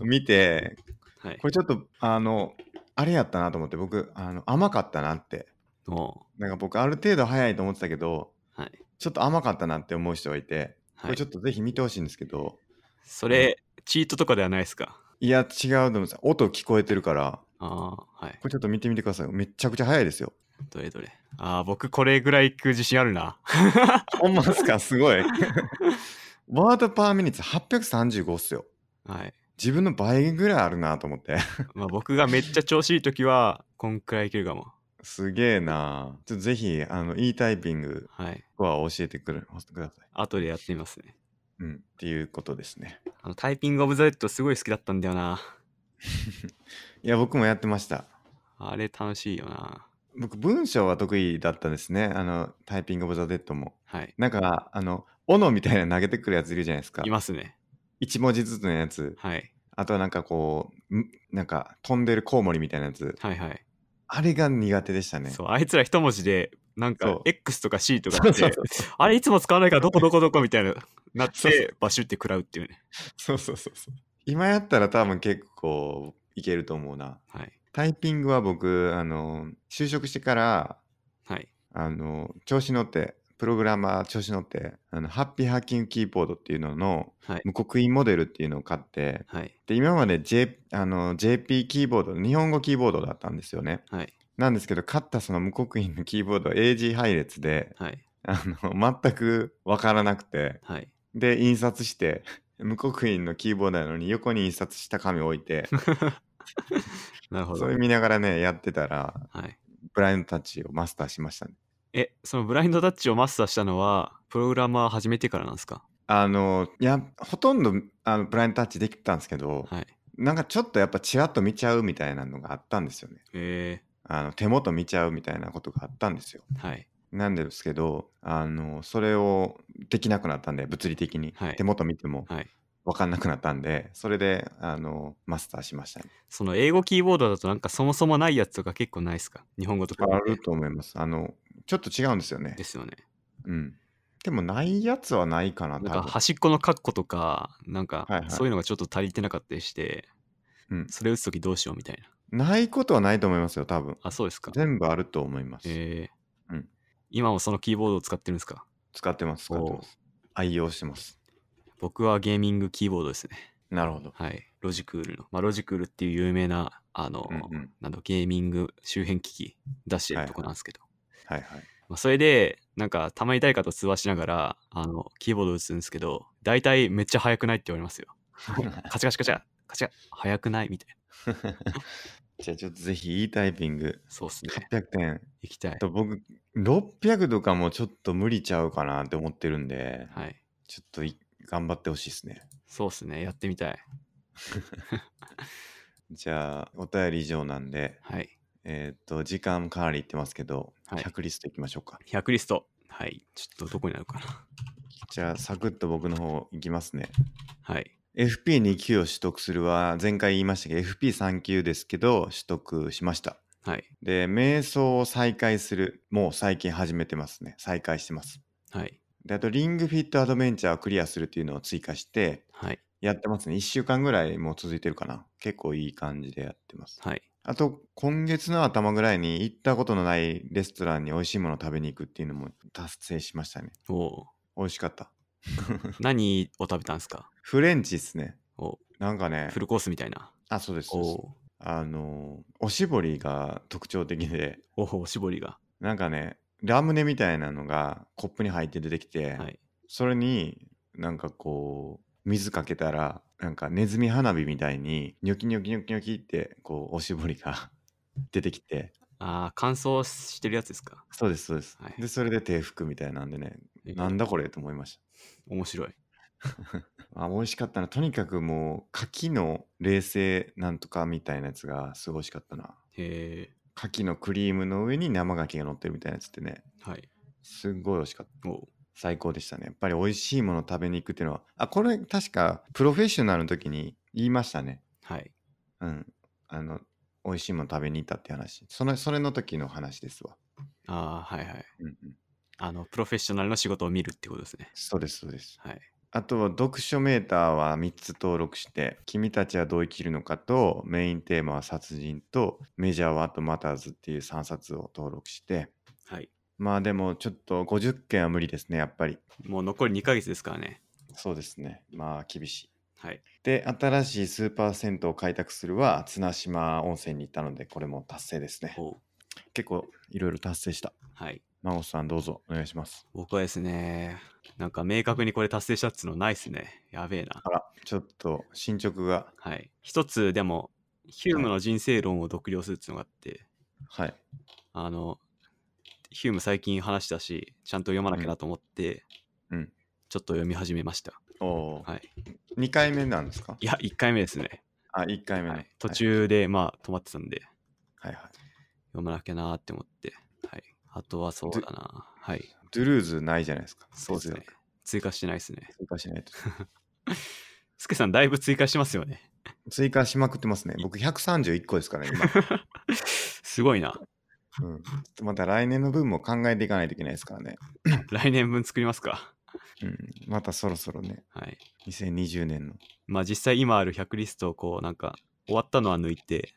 Speaker 1: 見て、
Speaker 2: はい
Speaker 1: こ。れちょっとあのあれやったなと思って僕あの甘かったなって
Speaker 2: も
Speaker 1: なんか僕ある程度早いと思ってたけど
Speaker 2: う、はい。
Speaker 1: ちょっと甘かったなって思う人がいてこ
Speaker 2: は
Speaker 1: れちょ
Speaker 2: い。
Speaker 1: っとぜひ見てほしいんですけど、
Speaker 2: それ、チートとかではないですか
Speaker 1: い、や違うと思うんです音聞こえてるから
Speaker 2: ああ、はい。
Speaker 1: これちょっと見てみてくださいめっちゃくちゃ早いですよ
Speaker 2: どれどれ。ああ、僕これぐらい行く自信あるな。
Speaker 1: ほんまっすかすごい。 ワードパーミニッツ835っすよ。
Speaker 2: はい。
Speaker 1: 自分の倍ぐらいあるなと思って。
Speaker 2: まあ僕がめっちゃ調子いいときは、こんくらいいけるかも。
Speaker 1: すげえなちょっとぜひ、あの、E タイピング
Speaker 2: はい。
Speaker 1: は教えてくれください。
Speaker 2: 後でやってみますね。
Speaker 1: うん。っていうことですね。
Speaker 2: あのタイピングオブザレッドすごい好きだったんだよな。
Speaker 1: いや、僕もやってました。
Speaker 2: あれ楽しいよな。
Speaker 1: 僕、文章は得意だったですね。あの、タイピング・オブ・ザ・デッドも。
Speaker 2: はい。
Speaker 1: なんか、あの、斧みたいな投げてくるやついるじゃないですか
Speaker 2: い。ますね。
Speaker 1: 一文字ずつのやつ。
Speaker 2: はい。
Speaker 1: あとはなんかこう、んなんか飛んでるコウモリみたいなやつ。
Speaker 2: はいはい。
Speaker 1: あれが苦手でしたね。
Speaker 2: そう、あいつら一文字で、なん
Speaker 1: そ
Speaker 2: か
Speaker 1: う
Speaker 2: X とか C とか
Speaker 1: そ
Speaker 2: っ
Speaker 1: うそう
Speaker 2: て、あれいつも使わないからどこどこどこみたいな、なっ
Speaker 1: そうそ
Speaker 2: て、バシュって食らうっていうね。
Speaker 1: そうそうそうそう。今やったら多分結構いけると思うな。
Speaker 2: はい。
Speaker 1: タイピングは僕、あの、就職してから、
Speaker 2: はい。
Speaker 1: あの、調子乗って、プログラマー調子乗って、あの、ハッピーハッキングキーボードっていうのの
Speaker 2: はい。
Speaker 1: 無刻印モデルっていうのを買って、
Speaker 2: はい。
Speaker 1: で、今まで、J、あの JP キーボード、日本語キーボードだったんですよね。
Speaker 2: はい。
Speaker 1: なんですけど、買ったその無刻印のキーボード、AG 配列で、
Speaker 2: はい。
Speaker 1: あの、全くわからなくて、
Speaker 2: はい。
Speaker 1: で、印刷して、無刻印のキーボードなのに横に印刷した紙を置いて、
Speaker 2: なるほど。
Speaker 1: そ
Speaker 2: は
Speaker 1: れ見ながらね、やってたら、
Speaker 2: い。
Speaker 1: ブラインドタッチをマスターしましたね。
Speaker 2: え、そのブラインドタッチをマスターしたのは、プログラマー始めてからなんですか
Speaker 1: あの、いや、ほとんどあのブラインドタッチできてたんですけど、
Speaker 2: はい。
Speaker 1: なんかちょっとやっぱちらっと見ちゃうみたいなのがあったんですよね。
Speaker 2: え
Speaker 1: あの手元見ちゃうみたいなことがあったんですよ。
Speaker 2: ー、はい。
Speaker 1: なんですけど、あの、それをできなくなったんで、物理的に。
Speaker 2: はい
Speaker 1: 手元見ても
Speaker 2: はい。
Speaker 1: 分かんなくなったんで、それで、あの、マスターしましたね。
Speaker 2: その英語キーボードだとなんかそもそもないやつとか結構ないですか日本語とか
Speaker 1: あると思います。あの、ちょっと違うんですよね
Speaker 2: で。すよね。
Speaker 1: うん。でも、ないやつはないかな、
Speaker 2: なん
Speaker 1: 多
Speaker 2: か
Speaker 1: 分。
Speaker 2: 端っこのカッコとか、なんか
Speaker 1: はいはい
Speaker 2: そういうのがちょっと足りてなかったりして、
Speaker 1: うん
Speaker 2: それ打つときどうしようみたいな。
Speaker 1: ないことはないと思いますよ、多分。
Speaker 2: あ、そうですか。
Speaker 1: 全部あると思います。
Speaker 2: えー
Speaker 1: うん
Speaker 2: 今もそのキーボードを使ってるんですか
Speaker 1: 使ってます、使ってます。愛用してます。
Speaker 2: 僕はゲーミングキーボードですね。
Speaker 1: なるほど。
Speaker 2: はい。ロジクールの。まあ、ロジクールっていう有名な、あの、
Speaker 1: うんうん。
Speaker 2: なんだゲーミング周辺機器出してるとこなんですけど。
Speaker 1: はいはい。
Speaker 2: まあ、それで、なんか、たまに誰かと通話しながら、あの、キーボード打つんですけど、大体めっちゃ速くないって言われますよ。カチャカチャカチャ、カチャ、速くないみたいな。
Speaker 1: じゃあ、ちょっとぜひ、いいタイピング。
Speaker 2: そうっすね。
Speaker 1: 800点
Speaker 2: 行きたい。
Speaker 1: と僕600とかもちょっと無理ちゃうかなって思ってるんで
Speaker 2: はい。
Speaker 1: ちょっとい頑張ってほしいですね
Speaker 2: そうっすね。やってみたい。
Speaker 1: じゃあお便り以上なんで
Speaker 2: はい。
Speaker 1: えっ、と時間かなりいってますけど、
Speaker 2: はい
Speaker 1: 100リストいきましょうか
Speaker 2: 100リスト。はい。ちょっとどこになるかな。
Speaker 1: じゃあサクッと僕の方いきますね
Speaker 2: はい。
Speaker 1: FP2 級を取得するは前回言いましたけど FP3 級ですけど取得しました
Speaker 2: はい。
Speaker 1: で瞑想を再開するもう最近始めてますね再開してます
Speaker 2: はい。
Speaker 1: であとリングフィットアドベンチャーをクリアするっていうのを追加して
Speaker 2: はい。
Speaker 1: やってますね。1週間ぐらいもう続いてるかな。結構いい感じでやってます。
Speaker 2: はい。
Speaker 1: あと、今月の頭ぐらいに行ったことのないレストランに美味しいものを食べに行くっていうのも達成しましたね。
Speaker 2: おお
Speaker 1: 美味しかった。
Speaker 2: ー。何を食べたんです か
Speaker 1: フレンチっすね。
Speaker 2: お
Speaker 1: なんかね
Speaker 2: フ、ルコースみたいな。
Speaker 1: あ、そうです。
Speaker 2: お
Speaker 1: そうです
Speaker 2: お
Speaker 1: あのー、おしぼりが特徴的で、
Speaker 2: ー。おお、絞りが。
Speaker 1: なんかね、ラムネみたいなのがコップに入って出てきて、
Speaker 2: はい。
Speaker 1: それになんかこう水かけたらなんかネズミ花火みたいにニョキニョキニョキニョキってこうおしぼりが 出てきて
Speaker 2: ああ、乾燥してるやつですか。
Speaker 1: そうですそうです、
Speaker 2: はい
Speaker 1: でそれで手拭くみたいなんでねなんだこれと思いまし
Speaker 2: 面白い。
Speaker 1: たあ美味しかったなとにかくもう牡蠣の冷製なんとかみたいなやつがすごい美味しかったな
Speaker 2: へえ。
Speaker 1: 牡蠣のクリームの上に生牡蠣が乗ってるみたいなやつってね
Speaker 2: はい。
Speaker 1: すっごい美味しかった
Speaker 2: おお。
Speaker 1: 最高でしたねやっぱり美味しいもの食べに行くっていうのはあこれ確かプロフェッショナルの時に言いましたね
Speaker 2: はい。
Speaker 1: うん。あの、美味しいもの食べに行ったって話。その、それの時の話ですわ。
Speaker 2: ああ、はいはい。
Speaker 1: うんうん、
Speaker 2: あの、プロフェッショナルの仕事を見るってことですね。
Speaker 1: そうです、そうです。
Speaker 2: はい。
Speaker 1: あとは、読書メーターは3つ登録して、君たちはどう生きるのかと、メインテーマは殺人と、メジャーはアートマターズっていう3冊を登録して、
Speaker 2: はい。
Speaker 1: まあでもちょっと50件は無理ですね、やっぱり。
Speaker 2: もう残り2ヶ月ですからね。
Speaker 1: そうですね。まあ厳しい。
Speaker 2: はい。
Speaker 1: で、新しいスーパー銭湯を開拓するは、綱島温泉に行ったので、これも達成ですね。
Speaker 2: おう
Speaker 1: 結構いろいろ達成した。
Speaker 2: はい。
Speaker 1: 孫さんどうぞお願いします。
Speaker 2: 僕はですね、なんか明確にこれ達成したっつうのないっすね。やべえな。
Speaker 1: ちょっと進捗が、
Speaker 2: はい。一つでも、ヒュームの人生論を読了するっつうのがあって、
Speaker 1: はい。
Speaker 2: あの、ヒューム最近話したし、ちゃんと読まなきゃなと思って、
Speaker 1: うんうん
Speaker 2: ちょっと読み始めました。
Speaker 1: おー
Speaker 2: はい。
Speaker 1: 2回目なんですか
Speaker 2: いや、1回目ですね。
Speaker 1: あ、1回目の、
Speaker 2: はい、途。中で、まあ、止まってたんで、
Speaker 1: はいはい。
Speaker 2: 読まなきゃなーって思って、はい。あとはそうだな。はい。
Speaker 1: ドゥルーズないじゃないですか。
Speaker 2: そうですね。。追加してないですね。
Speaker 1: 追加しないと。
Speaker 2: スケさん、だいぶ追加してますよね。
Speaker 1: 追加しまくってますね。僕131個ですから、今。
Speaker 2: すごいな。
Speaker 1: うん、ちょっとまた来年の分も考えていかないといけないですからね。
Speaker 2: 来年分作りますか。
Speaker 1: うん、またそろそろね、
Speaker 2: はい。
Speaker 1: 2020年の。
Speaker 2: まあ実際今ある100リストをこうなんか終わったのは抜いて、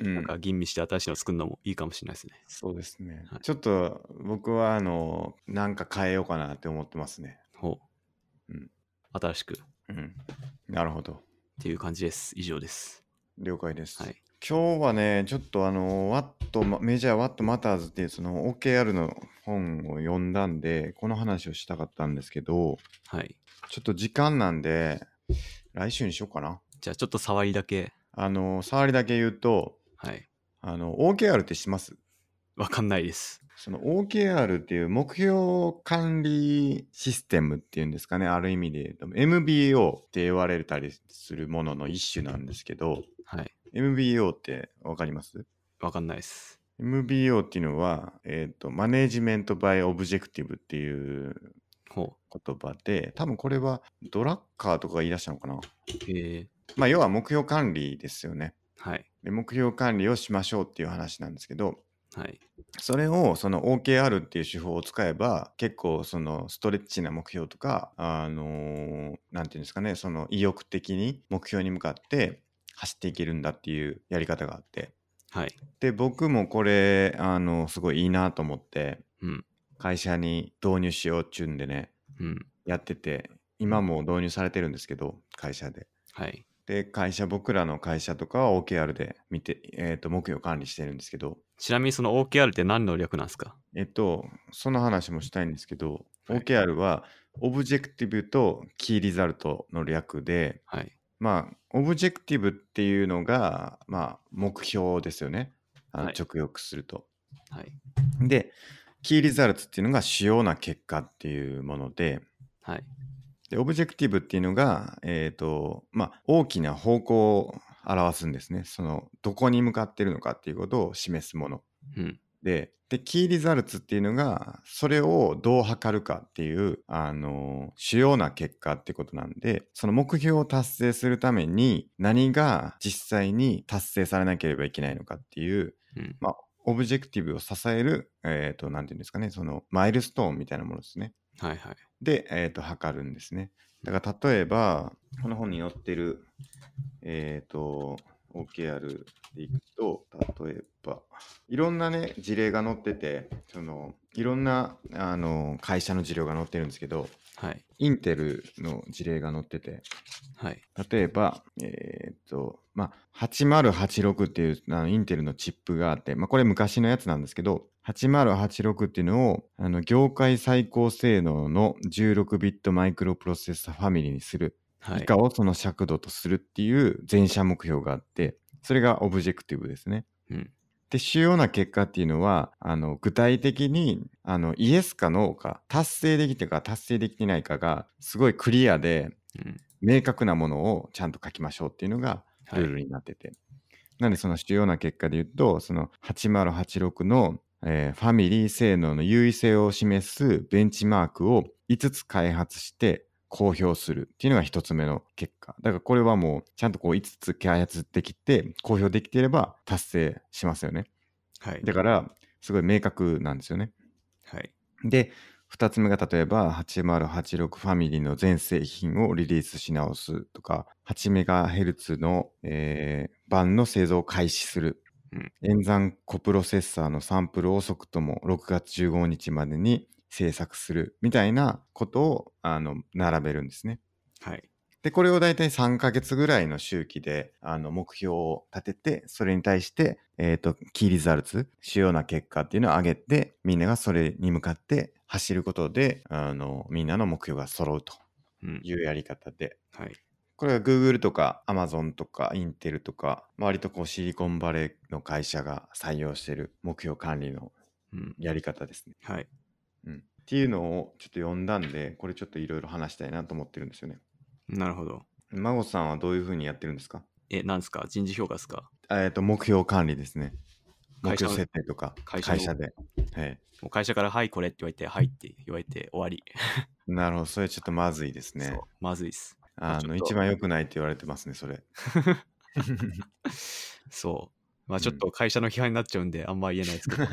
Speaker 1: う
Speaker 2: な
Speaker 1: ん、
Speaker 2: んか吟味して新しいの作るのもいいかもしれないですね。
Speaker 1: そうですね
Speaker 2: はい。
Speaker 1: ちょっと僕は、あの、なんか変えようかなって思ってますね。
Speaker 2: ほう。
Speaker 1: うん
Speaker 2: 新しくっ
Speaker 1: うん。なるほど。
Speaker 2: ていう感じです。以上です。
Speaker 1: 了解です。
Speaker 2: はい。
Speaker 1: 今日はね、ちょっとあの、ワット、メジャー・ワット・マターズっていうその OKR の本を読んだんで、この話をしたかったんですけど、
Speaker 2: はい。
Speaker 1: ちょっと時間なんで、来週にしようかな。
Speaker 2: じゃあちょっと触りだけ。
Speaker 1: あの、触りだけ言うと、
Speaker 2: はい。
Speaker 1: あの、OKR って知ってます
Speaker 2: わかんないです。
Speaker 1: その OKR っていう目標管理システムっていうんですかね、ある意味で言うと、MBO って言われたりするものの一種なんですけど、
Speaker 2: はい。
Speaker 1: MBO ってわかります
Speaker 2: わかんないです。
Speaker 1: ?MBO っていうのは、えっ、と、マネジメント・バイ・オブジェクティブっていう
Speaker 2: ほ
Speaker 1: 言葉で、多分これはドラッカーとかが言い出したのかな。
Speaker 2: う。えー、
Speaker 1: まあ、要は目標管理ですよね。
Speaker 2: はい。
Speaker 1: で目標管理をしましょうっていう話なんですけど、
Speaker 2: はい。
Speaker 1: それをその OKR っていう手法を使えば結構そのストレッチな目標とかあのーなんていうんですかねその意欲的に目標に向かって走っていけるんだっていうやり方があって
Speaker 2: はい。
Speaker 1: で僕もこれあのすごいいいなと思って
Speaker 2: うん。
Speaker 1: 会社に導入しようっちゅうんでね
Speaker 2: うん。
Speaker 1: やってて今もう導入されてるんですけど会社で。
Speaker 2: はい。
Speaker 1: で会社僕らの会社とかは OKR で見て、えー、と目標管理してるんですけど
Speaker 2: ちなみにその OKR って何の略なんですか
Speaker 1: えっと、その話もしたいんですけど、
Speaker 2: はい
Speaker 1: OKR は、オブジェクティブとキーリザルトの略で、
Speaker 2: はい。
Speaker 1: まあ、オブジェクティブっていうのが、まあ、目標ですよね。あの
Speaker 2: はい
Speaker 1: 直訳すると。
Speaker 2: はい。
Speaker 1: で、キーリザルトっていうのが主要な結果っていうもので、
Speaker 2: はい。
Speaker 1: で、オブジェクティブっていうのが、えっ、と、まあ、大きな方向を表すんですね。その、どこに向かってるのかっていうことを示すもの。
Speaker 2: うん。
Speaker 1: ででキーリザルツっていうのがそれをどう測るかっていう、あの主要な結果ってことなんでその目標を達成するために何が実際に達成されなければいけないのかっていう
Speaker 2: うん。
Speaker 1: オブジェクティブを支えるえっ、となんていうんですかねそのマイルストーンみたいなものですね。
Speaker 2: はいはい。
Speaker 1: で、えー、と測るんですね。だから例えば、この本に載ってる、えっ、と、OKR でいくと、例えば、いろんなね、事例が載ってて、その、いろんな、あの、会社の事例が載ってるんですけど、
Speaker 2: はい。
Speaker 1: インテルの事例が載ってて、
Speaker 2: はい。
Speaker 1: 例えば、えっ、と、まあ、8086っていうあのインテルのチップがあって、まあ、これ昔のやつなんですけど、8086っていうのを、あの、業界最高性能の16ビットマイクロプロセッサファミリーにする、
Speaker 2: は
Speaker 1: 以
Speaker 2: い。
Speaker 1: 下をその尺度とするっていう全社目標があって、それがオブジェクティブですね。
Speaker 2: うん
Speaker 1: で、主要な結果っていうのは、あの、具体的に、あの、イエスかノーか、達成できてか達成できてないかが、すごいクリアで、
Speaker 2: うん。
Speaker 1: 明確なものをちゃんと書きましょうっていうのが
Speaker 2: は
Speaker 1: ルー
Speaker 2: い。
Speaker 1: ルになってて、なんでその主要な結果で言うとその8086の、えーファミリー性能の優位性を示すベンチマークを5つ開発して公表するっていうのが1つ目の結果だからこれはもうちゃんとこう5つ開発できて公表できていれば達成しますよね
Speaker 2: はい。
Speaker 1: だからすごい明確なんですよね
Speaker 2: はい。
Speaker 1: で、2つ目が例えば8086ファミリーの全製品をリリースし直すとか、8MHz の、えー版の製造を開始する。
Speaker 2: うん
Speaker 1: 演算コプロセッサーのサンプルを遅くとも6月15日までに制作するみたいなことをあの並べるんですね。
Speaker 2: はい。
Speaker 1: で、これを大体3ヶ月ぐらいの周期で、あの、目標を立てて、それに対して、えっ、と、キーリザルツ、主要な結果っていうのを上げて、みんながそれに向かって走ることで、あの、みんなの目標が揃うと
Speaker 2: うん
Speaker 1: いうやり方で、
Speaker 2: はい、
Speaker 1: これは Google とか Amazon とかインテルとか、割とこうシリコンバレーの会社が採用している目標管理の
Speaker 2: うん
Speaker 1: やり方ですね。
Speaker 2: はい、
Speaker 1: うん、っていうのをちょっと読んだんで、これちょっといろいろ話したいなと思ってるんですよね。
Speaker 2: なるほど。
Speaker 1: 孫さんはどういうふうにやってるんですか
Speaker 2: え、なんですか人事評価ですか
Speaker 1: あえっ、と、目標管理ですね。目
Speaker 2: 会社
Speaker 1: 標
Speaker 2: の
Speaker 1: 設定とか、
Speaker 2: 会
Speaker 1: 会
Speaker 2: 社の
Speaker 1: 社で。はい。
Speaker 2: もう会社から、はい、これって言われて、はいって言われて終わり。
Speaker 1: なるほど、それちょっとまずいです
Speaker 2: そう
Speaker 1: ね。
Speaker 2: まずいっす。
Speaker 1: あ
Speaker 2: ちょっ
Speaker 1: の、
Speaker 2: と
Speaker 1: 一番良くないって言われてますね、 それ。
Speaker 2: そう。まあちょっと会社の批判になっちゃうんで、あんま言えないで すけど、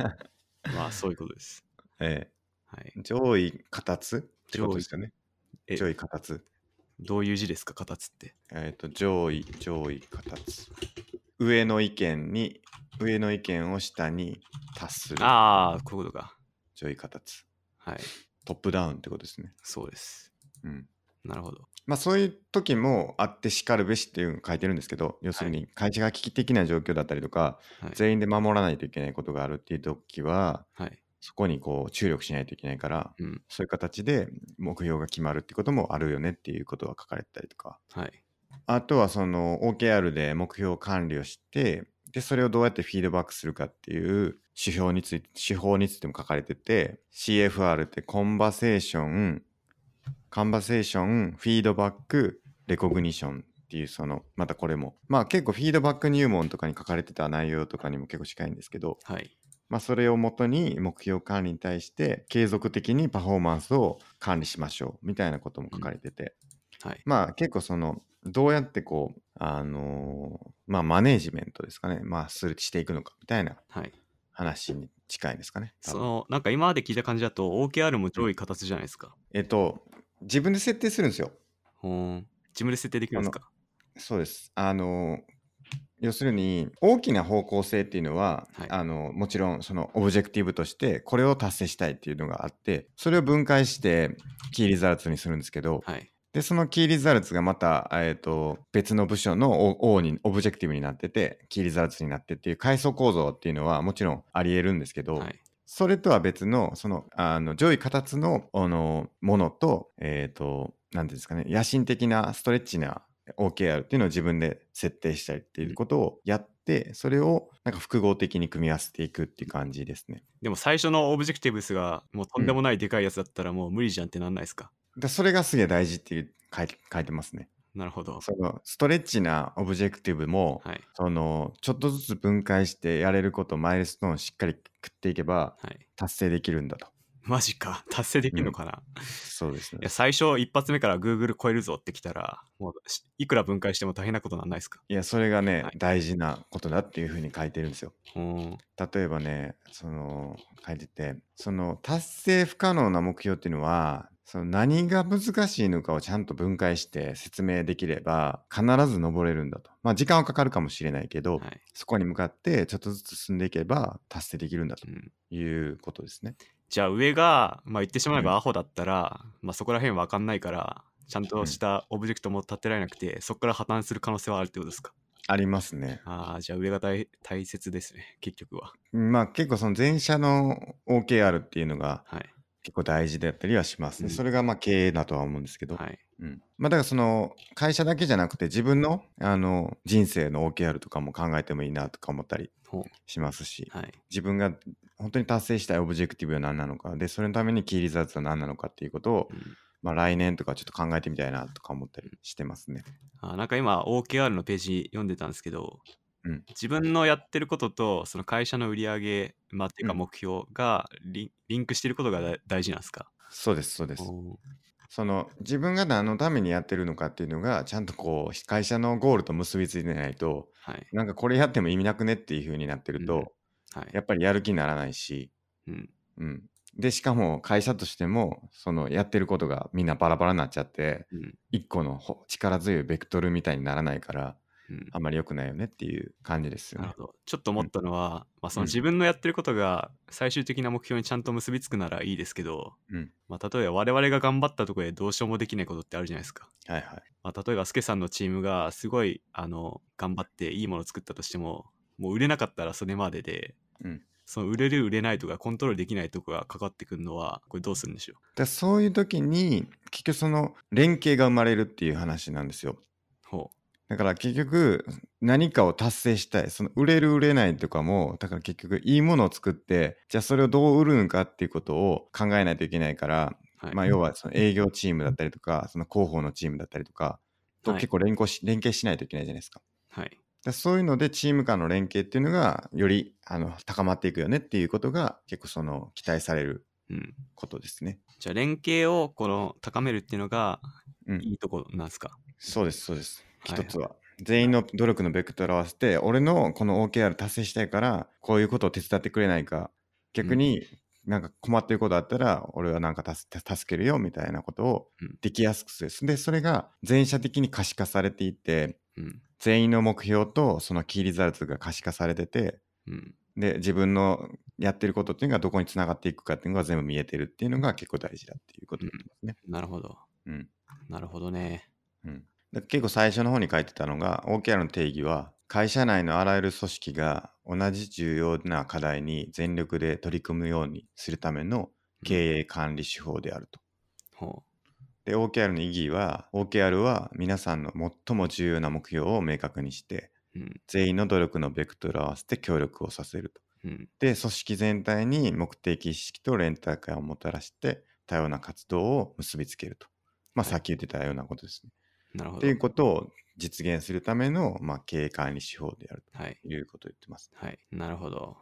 Speaker 2: まあそういうことです。
Speaker 1: え
Speaker 2: はい。
Speaker 1: え上位形ってことですよね。
Speaker 2: 上位え
Speaker 1: 上位形。
Speaker 2: どういう字ですか、形って。
Speaker 1: えっ、と、上位、上位、形。上の意見に、上の意見を下に達する。
Speaker 2: ああ、こういうことか。
Speaker 1: 上位、形。
Speaker 2: はい。
Speaker 1: トップダウンってことですね。
Speaker 2: そうです。
Speaker 1: うん。
Speaker 2: なるほど。
Speaker 1: まあ、そういう時もあってしかるべしっていうのを書いてるんですけど、要するに会社が危機的な状況だったりとか、
Speaker 2: はい。
Speaker 1: 全員で守らないといけないことがあるっていう時は、
Speaker 2: はい、
Speaker 1: そこにこう注力しないといけないから、
Speaker 2: うん。
Speaker 1: そういう形で目標が決まるってこともあるよねっていうことが書かれてたりとか、
Speaker 2: はい。
Speaker 1: あとはその OKR で目標管理をして、で、それをどうやってフィードバックするかっていう指標について、手法についても書かれてて、CFR ってコンバセーション、カンバセーション、フィードバック、レコグニションっていうその、またこれも、まあ結構フィードバック入門とかに書かれてた内容とかにも結構近いんですけど、
Speaker 2: はい。
Speaker 1: まあそれをもとに目標管理に対して継続的にパフォーマンスを管理しましょうみたいなことも書かれてて、
Speaker 2: はい。
Speaker 1: まあ結構そのどうやってこうあのーまあマネージメントですかねまあするしていくのかみたいな
Speaker 2: はい。
Speaker 1: 話に近いんですかね。多
Speaker 2: そ
Speaker 1: 分
Speaker 2: の、なんか今まで聞いた感じだと、OKR も上位形じゃないですか。
Speaker 1: えっと自分で設定するんですよ。
Speaker 2: ほーん。自分で設定できるんですか
Speaker 1: そうです。あのー要するに大きな方向性っていうのは、
Speaker 2: はい
Speaker 1: あのもちろんそのオブジェクティブとしてこれを達成したいっていうのがあってそれを分解してキーリザルツにするんですけど、
Speaker 2: はい。
Speaker 1: で、そのキーリザルツがまた、えっ、と、別の部署の O, O に、オブジェクティブになってて、キーリザルツになってっていう階層構造っていうのはもちろんあり得るんですけど、
Speaker 2: はい。
Speaker 1: それとは別の、その、あの、上位形の、あの、ものと、えっ、と、なんていうんですかね、野心的なストレッチな OKR っていうのを自分で設定したりっていうことをやって、それをなんか複合的に組み合わせていくっていう感じですね。
Speaker 2: でも最初のオブジェクティブスが、もうとんでもないでかいやつだったら、もう無理じゃんってなんないですか。
Speaker 1: でそれがすげえ大事っていう書いて書いてますね。
Speaker 2: なるほど。
Speaker 1: そのストレッチなオブジェクティブも、
Speaker 2: はい。
Speaker 1: そのちょっとずつ分解してやれることマイルストーンをしっかり食っていけば
Speaker 2: はい。
Speaker 1: 達成できるんだと
Speaker 2: マジか。達成できるのかな、
Speaker 1: そうです
Speaker 2: いや
Speaker 1: ね
Speaker 2: 最初一発目から Google 超えるぞってきたら、もうしいくら分解しても大変なことなんないですか
Speaker 1: いやそれがね、
Speaker 2: はい
Speaker 1: 大事なことだっていうふうに書いてるんですよ
Speaker 2: うーん
Speaker 1: 例えばねその書いててその達成不可能な目標っていうのはその何が難しいのかをちゃんと分解して説明できれば必ず登れるんだとまあ時間はかかるかもしれないけど、
Speaker 2: はい
Speaker 1: そこに向かってちょっとずつ進んでいけば達成できるんだと
Speaker 2: うん、
Speaker 1: いうことですね
Speaker 2: じゃあ上が、まあ、言ってしまえ
Speaker 1: う
Speaker 2: ばアホだったら、まあ、そこら辺分かんないからちゃんとしたオブジェクトも立てられなくて、そこから破綻する可能性はあるってことですか
Speaker 1: ありますね
Speaker 2: ああじゃあ上が大大切ですね結局は
Speaker 1: まあ結構その前者の OKR っていうのが
Speaker 2: はい
Speaker 1: 結構大事だったりはしますね。
Speaker 2: うん
Speaker 1: それがまあ経営だとは思うんですけど、
Speaker 2: はい
Speaker 1: うん、まあだからその会社だけじゃなくて自分のあの人生の OKR とかも考えてもいいなとか思ったり
Speaker 2: ほう
Speaker 1: しますし、
Speaker 2: はい
Speaker 1: 自分が本当に達成したいオブジェクティブは何なのか、で、それのためにキーリザーズは何なのかっていうことを、
Speaker 2: うん
Speaker 1: まあ来年とかちょっと考えてみたいなとか思ったりしてますね。
Speaker 2: あーなんか今 OKR のページ読んでたんですけど、
Speaker 1: うん
Speaker 2: 自分のやってることとその会社の売り上げ、まあ、っていうか
Speaker 1: うん
Speaker 2: 目標がリン,、リンクしてることがだ大事なんですか
Speaker 1: そうです、そうです。
Speaker 2: おー
Speaker 1: その自分が何のためにやってるのかっていうのがちゃんとこう会社のゴールと結びついてないと
Speaker 2: はい
Speaker 1: なんかこれやっても意味なくねっていう風になってると、
Speaker 2: はい
Speaker 1: やっぱりやる気にならないし、
Speaker 2: うん
Speaker 1: うん。で、しかも会社としても、そのやってることがみんなバラバラになっちゃって、
Speaker 2: うん
Speaker 1: 一個のほ力強いベクトルみたいにならないから、
Speaker 2: うん
Speaker 1: あんまり良くないよねっていう感じですよ
Speaker 2: なる
Speaker 1: ね。
Speaker 2: ほどちょっと思ったのは、まあ、そ
Speaker 1: う
Speaker 2: の
Speaker 1: ん
Speaker 2: 自分のやってることが最終的な目標にちゃんと結びつくならいいですけど、
Speaker 1: うん
Speaker 2: まあ、例えば我々が頑張ったところでどうしようもできないことってあるじゃないですか。
Speaker 1: はいはい。
Speaker 2: まあ、例えばスケさんのチームがすごいあの頑張っていいものを作ったとしてももう売れなかったらそれまでで
Speaker 1: うん
Speaker 2: その売れる売れないとかコントロールできないとこがかかってくるのはこれどうするんでしょ
Speaker 1: でそういう時に結局その連携が生まれるっていう話なんですよ。
Speaker 2: うほ
Speaker 1: だから結局何かを達成したいその売れる売れないとかもだから結局いいものを作ってじゃあそれをどう売るのかっていうことを考えないといけないから、
Speaker 2: う、はい
Speaker 1: まあ、要はその営業チームだったりとかその広報のチームだったりとかと
Speaker 2: はい
Speaker 1: 結構連行し連携しないといけないじゃないですか。
Speaker 2: はい
Speaker 1: でそういうのでチーム間の連携っていうのがよりあの高まっていくよねっていうことが結構その期待される
Speaker 2: うん、
Speaker 1: ことですね。
Speaker 2: じゃあ連携をこの高めるっていうのが
Speaker 1: うん、
Speaker 2: いいとこなんですか、
Speaker 1: そうです、そうです。
Speaker 2: はいはい
Speaker 1: 一つは、全員の努力のベクトルを合わせて、俺のこの OKR 達成したいから、こういうことを手伝ってくれないか、逆になんか困ってることあったら、俺はなんか助助けるよみたいなことを
Speaker 2: うん
Speaker 1: できやすくする。で、それが全社的に可視化されていて、
Speaker 2: うん
Speaker 1: 全員の目標とそのキーリザルトが可視化されてて、
Speaker 2: うん、
Speaker 1: で、自分のやってることっていうのがどこにつながっていくかっていうのが全部見えてるっていうのが結構大事だっていうことですね。
Speaker 2: なるほど
Speaker 1: うん
Speaker 2: なるほどね
Speaker 1: うん、だ結構最初の方に書いてたのが OKR の定義は会社内のあらゆる組織が同じ重要な課題に全力で取り組むようにするための経営管理手法であると。
Speaker 2: ほ
Speaker 1: で OKR の意義は OKR は皆さんの最も重要な目標を明確にして
Speaker 2: ううん
Speaker 1: 全員の努力のベクトルを合わせて協力をさせると。
Speaker 2: うん
Speaker 1: で組織全体に目的意識と連帯感をもたらして多様な活動を結びつけると。まあさっき言ってたようなことですね。
Speaker 2: なるほ
Speaker 1: っ
Speaker 2: ど
Speaker 1: ていうことを実現するための、まあ、経営管理手法である
Speaker 2: はい
Speaker 1: ということを言ってます。
Speaker 2: はいなるほど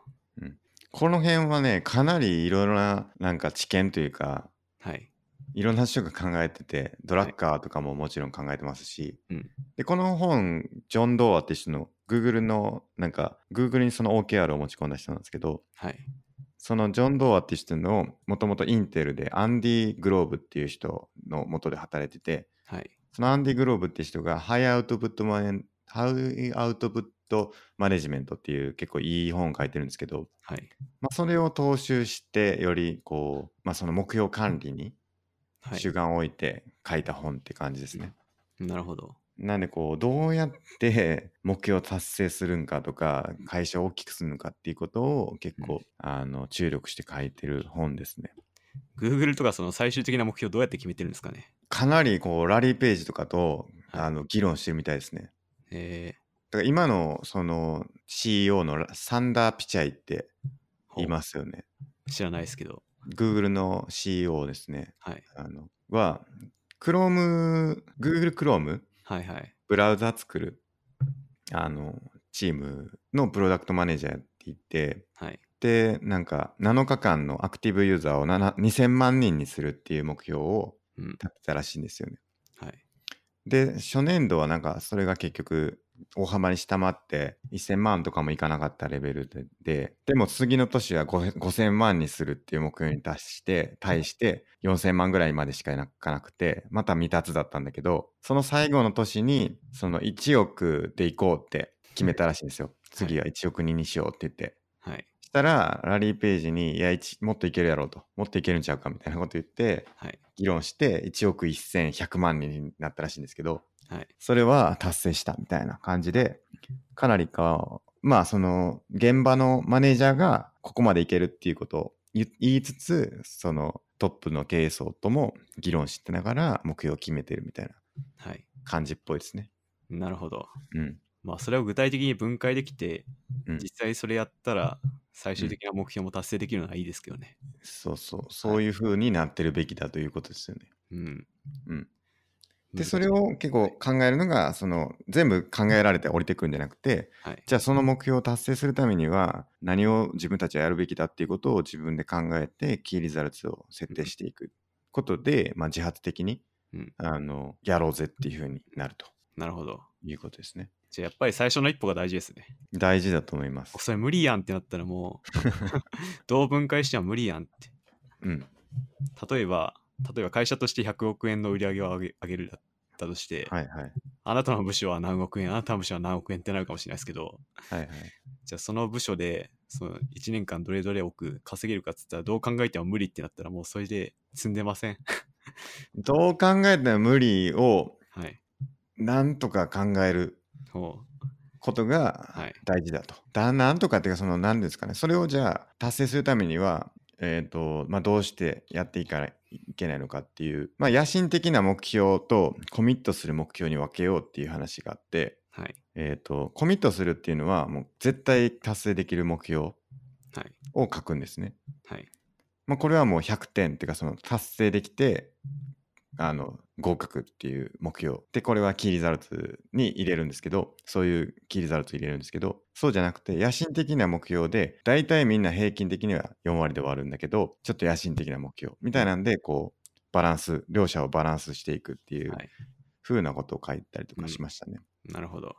Speaker 1: この辺はね、かなりいろいろな、なんか知見というか、
Speaker 2: はい
Speaker 1: いろんな人が考えてて、ドラッカーとかももちろん考えてますし、
Speaker 2: うん
Speaker 1: で、この本、ジョン・ドーアって人の Google の、なんか、Google にその OKR を持ち込んだ人なんですけど、
Speaker 2: はい
Speaker 1: そのジョン・ドーアって人の、もともとインテルで、アンディ・グローブっていう人の元で働いてて、
Speaker 2: はい
Speaker 1: そのアンディ・グローブって人が、ハイアウトプットマネ、ハイアウトプットマネジメントっていう結構いい本を書いてるんですけど、
Speaker 2: はい
Speaker 1: まあ、それを踏襲して、よりこう、まあ、その目標管理に
Speaker 2: はい
Speaker 1: 主眼を置いて書いた本って感じですね。
Speaker 2: なるほど
Speaker 1: なんでこう、どうやって 目標を達成するんかとか、会社を大きくするのかっていうことを結
Speaker 2: う
Speaker 1: 構、あの、注力して書いてる本ですね。
Speaker 2: Google とかその最終的な目標どうやって決めてるんですかね
Speaker 1: かなりこう、ラリーページとかと、
Speaker 2: はい
Speaker 1: あの、議論してるみたいですね。
Speaker 2: え
Speaker 1: だから今のその CEO のラサンダー・ピチャイって
Speaker 2: ーほう
Speaker 1: いますよね。
Speaker 2: 知らないですけど
Speaker 1: Google の CEO ですね。
Speaker 2: はい
Speaker 1: あのは、Chrome、Google Chrome、
Speaker 2: はいはい
Speaker 1: ブラウザ作る、あの、チームのプロダクトマネージャーやっていて、
Speaker 2: はい
Speaker 1: で、なんか7日間のアクティブユーザーを7 2000万人にするっていう目標を
Speaker 2: うん
Speaker 1: 立てたらしいんですよね。
Speaker 2: はい
Speaker 1: で、初年度はなんかそれが結局大幅に下回って1000万とかもいかなかったレベルで、ででも次の年は5000 5000万にするっていう目標に達して、対して4000万ぐらいまでしかいかなくて、また未達だったんだけど、その最後の年にその1億で行こうって決めたらしいんですよ。次は1億人にしようって言って。
Speaker 2: はい
Speaker 1: したら、ラリーページに、いや、一もっといけるやろうと、もっといけるんちゃうかみたいなこと言って、
Speaker 2: はい
Speaker 1: 議論して1億1100万人になったらしいんですけど、
Speaker 2: はい
Speaker 1: それは達成したみたいな感じで、かなりか、まあその現場のマネージャーがここまでいけるっていうことを言言いつつ、そのトップの経営層とも議論してながら目標を決めてるみたいな
Speaker 2: はい
Speaker 1: 感じっぽいですね。
Speaker 2: なるほど
Speaker 1: うん。
Speaker 2: まあそれを具体的に分解できて、
Speaker 1: うん
Speaker 2: 実際それやったら最終的な目標も達成できるのはいいですけどね。
Speaker 1: そうそう。そういう風になってるべきだということですよね。
Speaker 2: うん。
Speaker 1: うん
Speaker 2: 難
Speaker 1: で、
Speaker 2: しい
Speaker 1: それ、を結構考えるのが、その全部考えられて降りてくるんじゃなくて、
Speaker 2: はい、
Speaker 1: じゃあその目標を達成するためには何を自分たちはやるべきだっていうことを自分で考えてキーリザルツを設定していくことで、まあ、自発的に
Speaker 2: うん。
Speaker 1: あのやろうぜっていうふうになると
Speaker 2: なるほど。
Speaker 1: いうことですね。
Speaker 2: じゃあやっぱり最初の一歩が大事ですね。
Speaker 1: 大事だと思います。
Speaker 2: それ無理やんってなったらも う、どう分解しては無理やんって。
Speaker 1: うん。
Speaker 2: 例えば、例えば会社として100億円の売り上げを上げ上げるだったとして、
Speaker 1: はいはい。
Speaker 2: あなたの部署は何億円、あなたの部署は何億円ってなるかもしれないですけど、
Speaker 1: はいはい。
Speaker 2: じゃあその部署でその1年間どれどれ億稼げるかっつったらどう考えても無理ってなったらも うそれで積んでません。
Speaker 1: どう考えても無理を
Speaker 2: はい。
Speaker 1: なんとか考える
Speaker 2: ほ
Speaker 1: ことが
Speaker 2: はい
Speaker 1: 大事だと。だなんとかっていうかその何ですかねそれをじゃあ達成するためには、えーとまあ、どうしてやっていかないいけないのかっていう、まあ、野心的な目標とコミットする目標に分けようっていう話があって、
Speaker 2: うはい
Speaker 1: えー、とコミットするっていうのはもう絶対達成できる目標
Speaker 2: はい
Speaker 1: を書くんですね。
Speaker 2: はい
Speaker 1: まあ、これはもう100点っていうかその達成できてあの合格っていう目標でこれはキーリザルトに入れるんですけどそういうキーリザルト入れるんですけどそうじゃなくて野心的な目標で大体みんな平均的には4割で終わるんだけどちょっと野心的な目標みたいなんでこうバランス両者をバランスしていくっていう
Speaker 2: はい
Speaker 1: 風なことを書いたりとかしましたね。
Speaker 2: なるほど、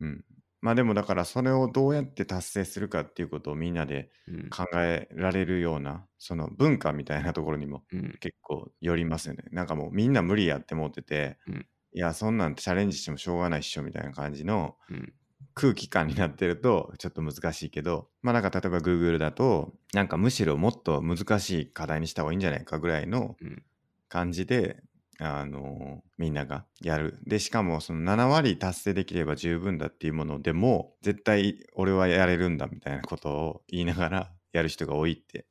Speaker 1: うんまあでもだからそれをどうやって達成するかっていうことをみんなで
Speaker 2: うん
Speaker 1: 考えられるようなその文化みたいなところにも
Speaker 2: うん、
Speaker 1: 結構寄りますよね。なんかもうみんな無理やって思ってて、
Speaker 2: うん
Speaker 1: いや、そんなんチャレンジしてもしょうがないっしょみたいな感じの
Speaker 2: うん、
Speaker 1: 空気感になってるとちょっと難しいけど、まあなんか例えば Google だと、なんかむしろもっと難しい課題にした方がいいんじゃないかぐらいの
Speaker 2: うん
Speaker 1: 感じで、あのみんながやる。で、しかもその7割達成できれば十分だっていうものでも、絶対俺はやれるんだみたいなことを言いながらやる人が多いって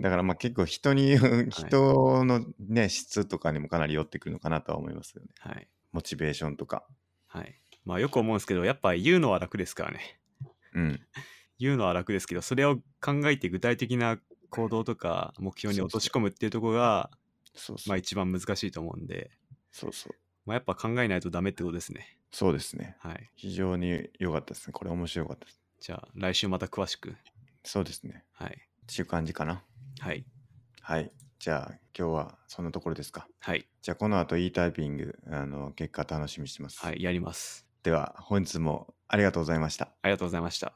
Speaker 1: だからまあ結構人によ る、人のね、質とかにもかなり寄ってくるのかなとは思いますよね。
Speaker 2: はい
Speaker 1: モチベーションとか。
Speaker 2: はいまあよく思うんですけどやっぱ言うのは楽ですからね
Speaker 1: うん。
Speaker 2: 言うのは楽ですけどそれを考えて具体的な行動とか目標に落とし込むっていうところが
Speaker 1: そうそう。
Speaker 2: まあ一番難しいと思うんで、
Speaker 1: そうそう。
Speaker 2: まあ、やっぱ考えないとダメってことですね
Speaker 1: そうですね。
Speaker 2: はい
Speaker 1: 非常に良かったですね。これ面白かったです。
Speaker 2: じゃあ来週また詳しく
Speaker 1: そうですね。
Speaker 2: はい
Speaker 1: っていう感じかな。
Speaker 2: はい
Speaker 1: はい。じゃあ今日はそんなところですか。
Speaker 2: はい
Speaker 1: じゃあこの後いいタイピング、あの、結果楽しみにしてます。
Speaker 2: はいやります
Speaker 1: では本日もありがとうございました。
Speaker 2: ありがとうございました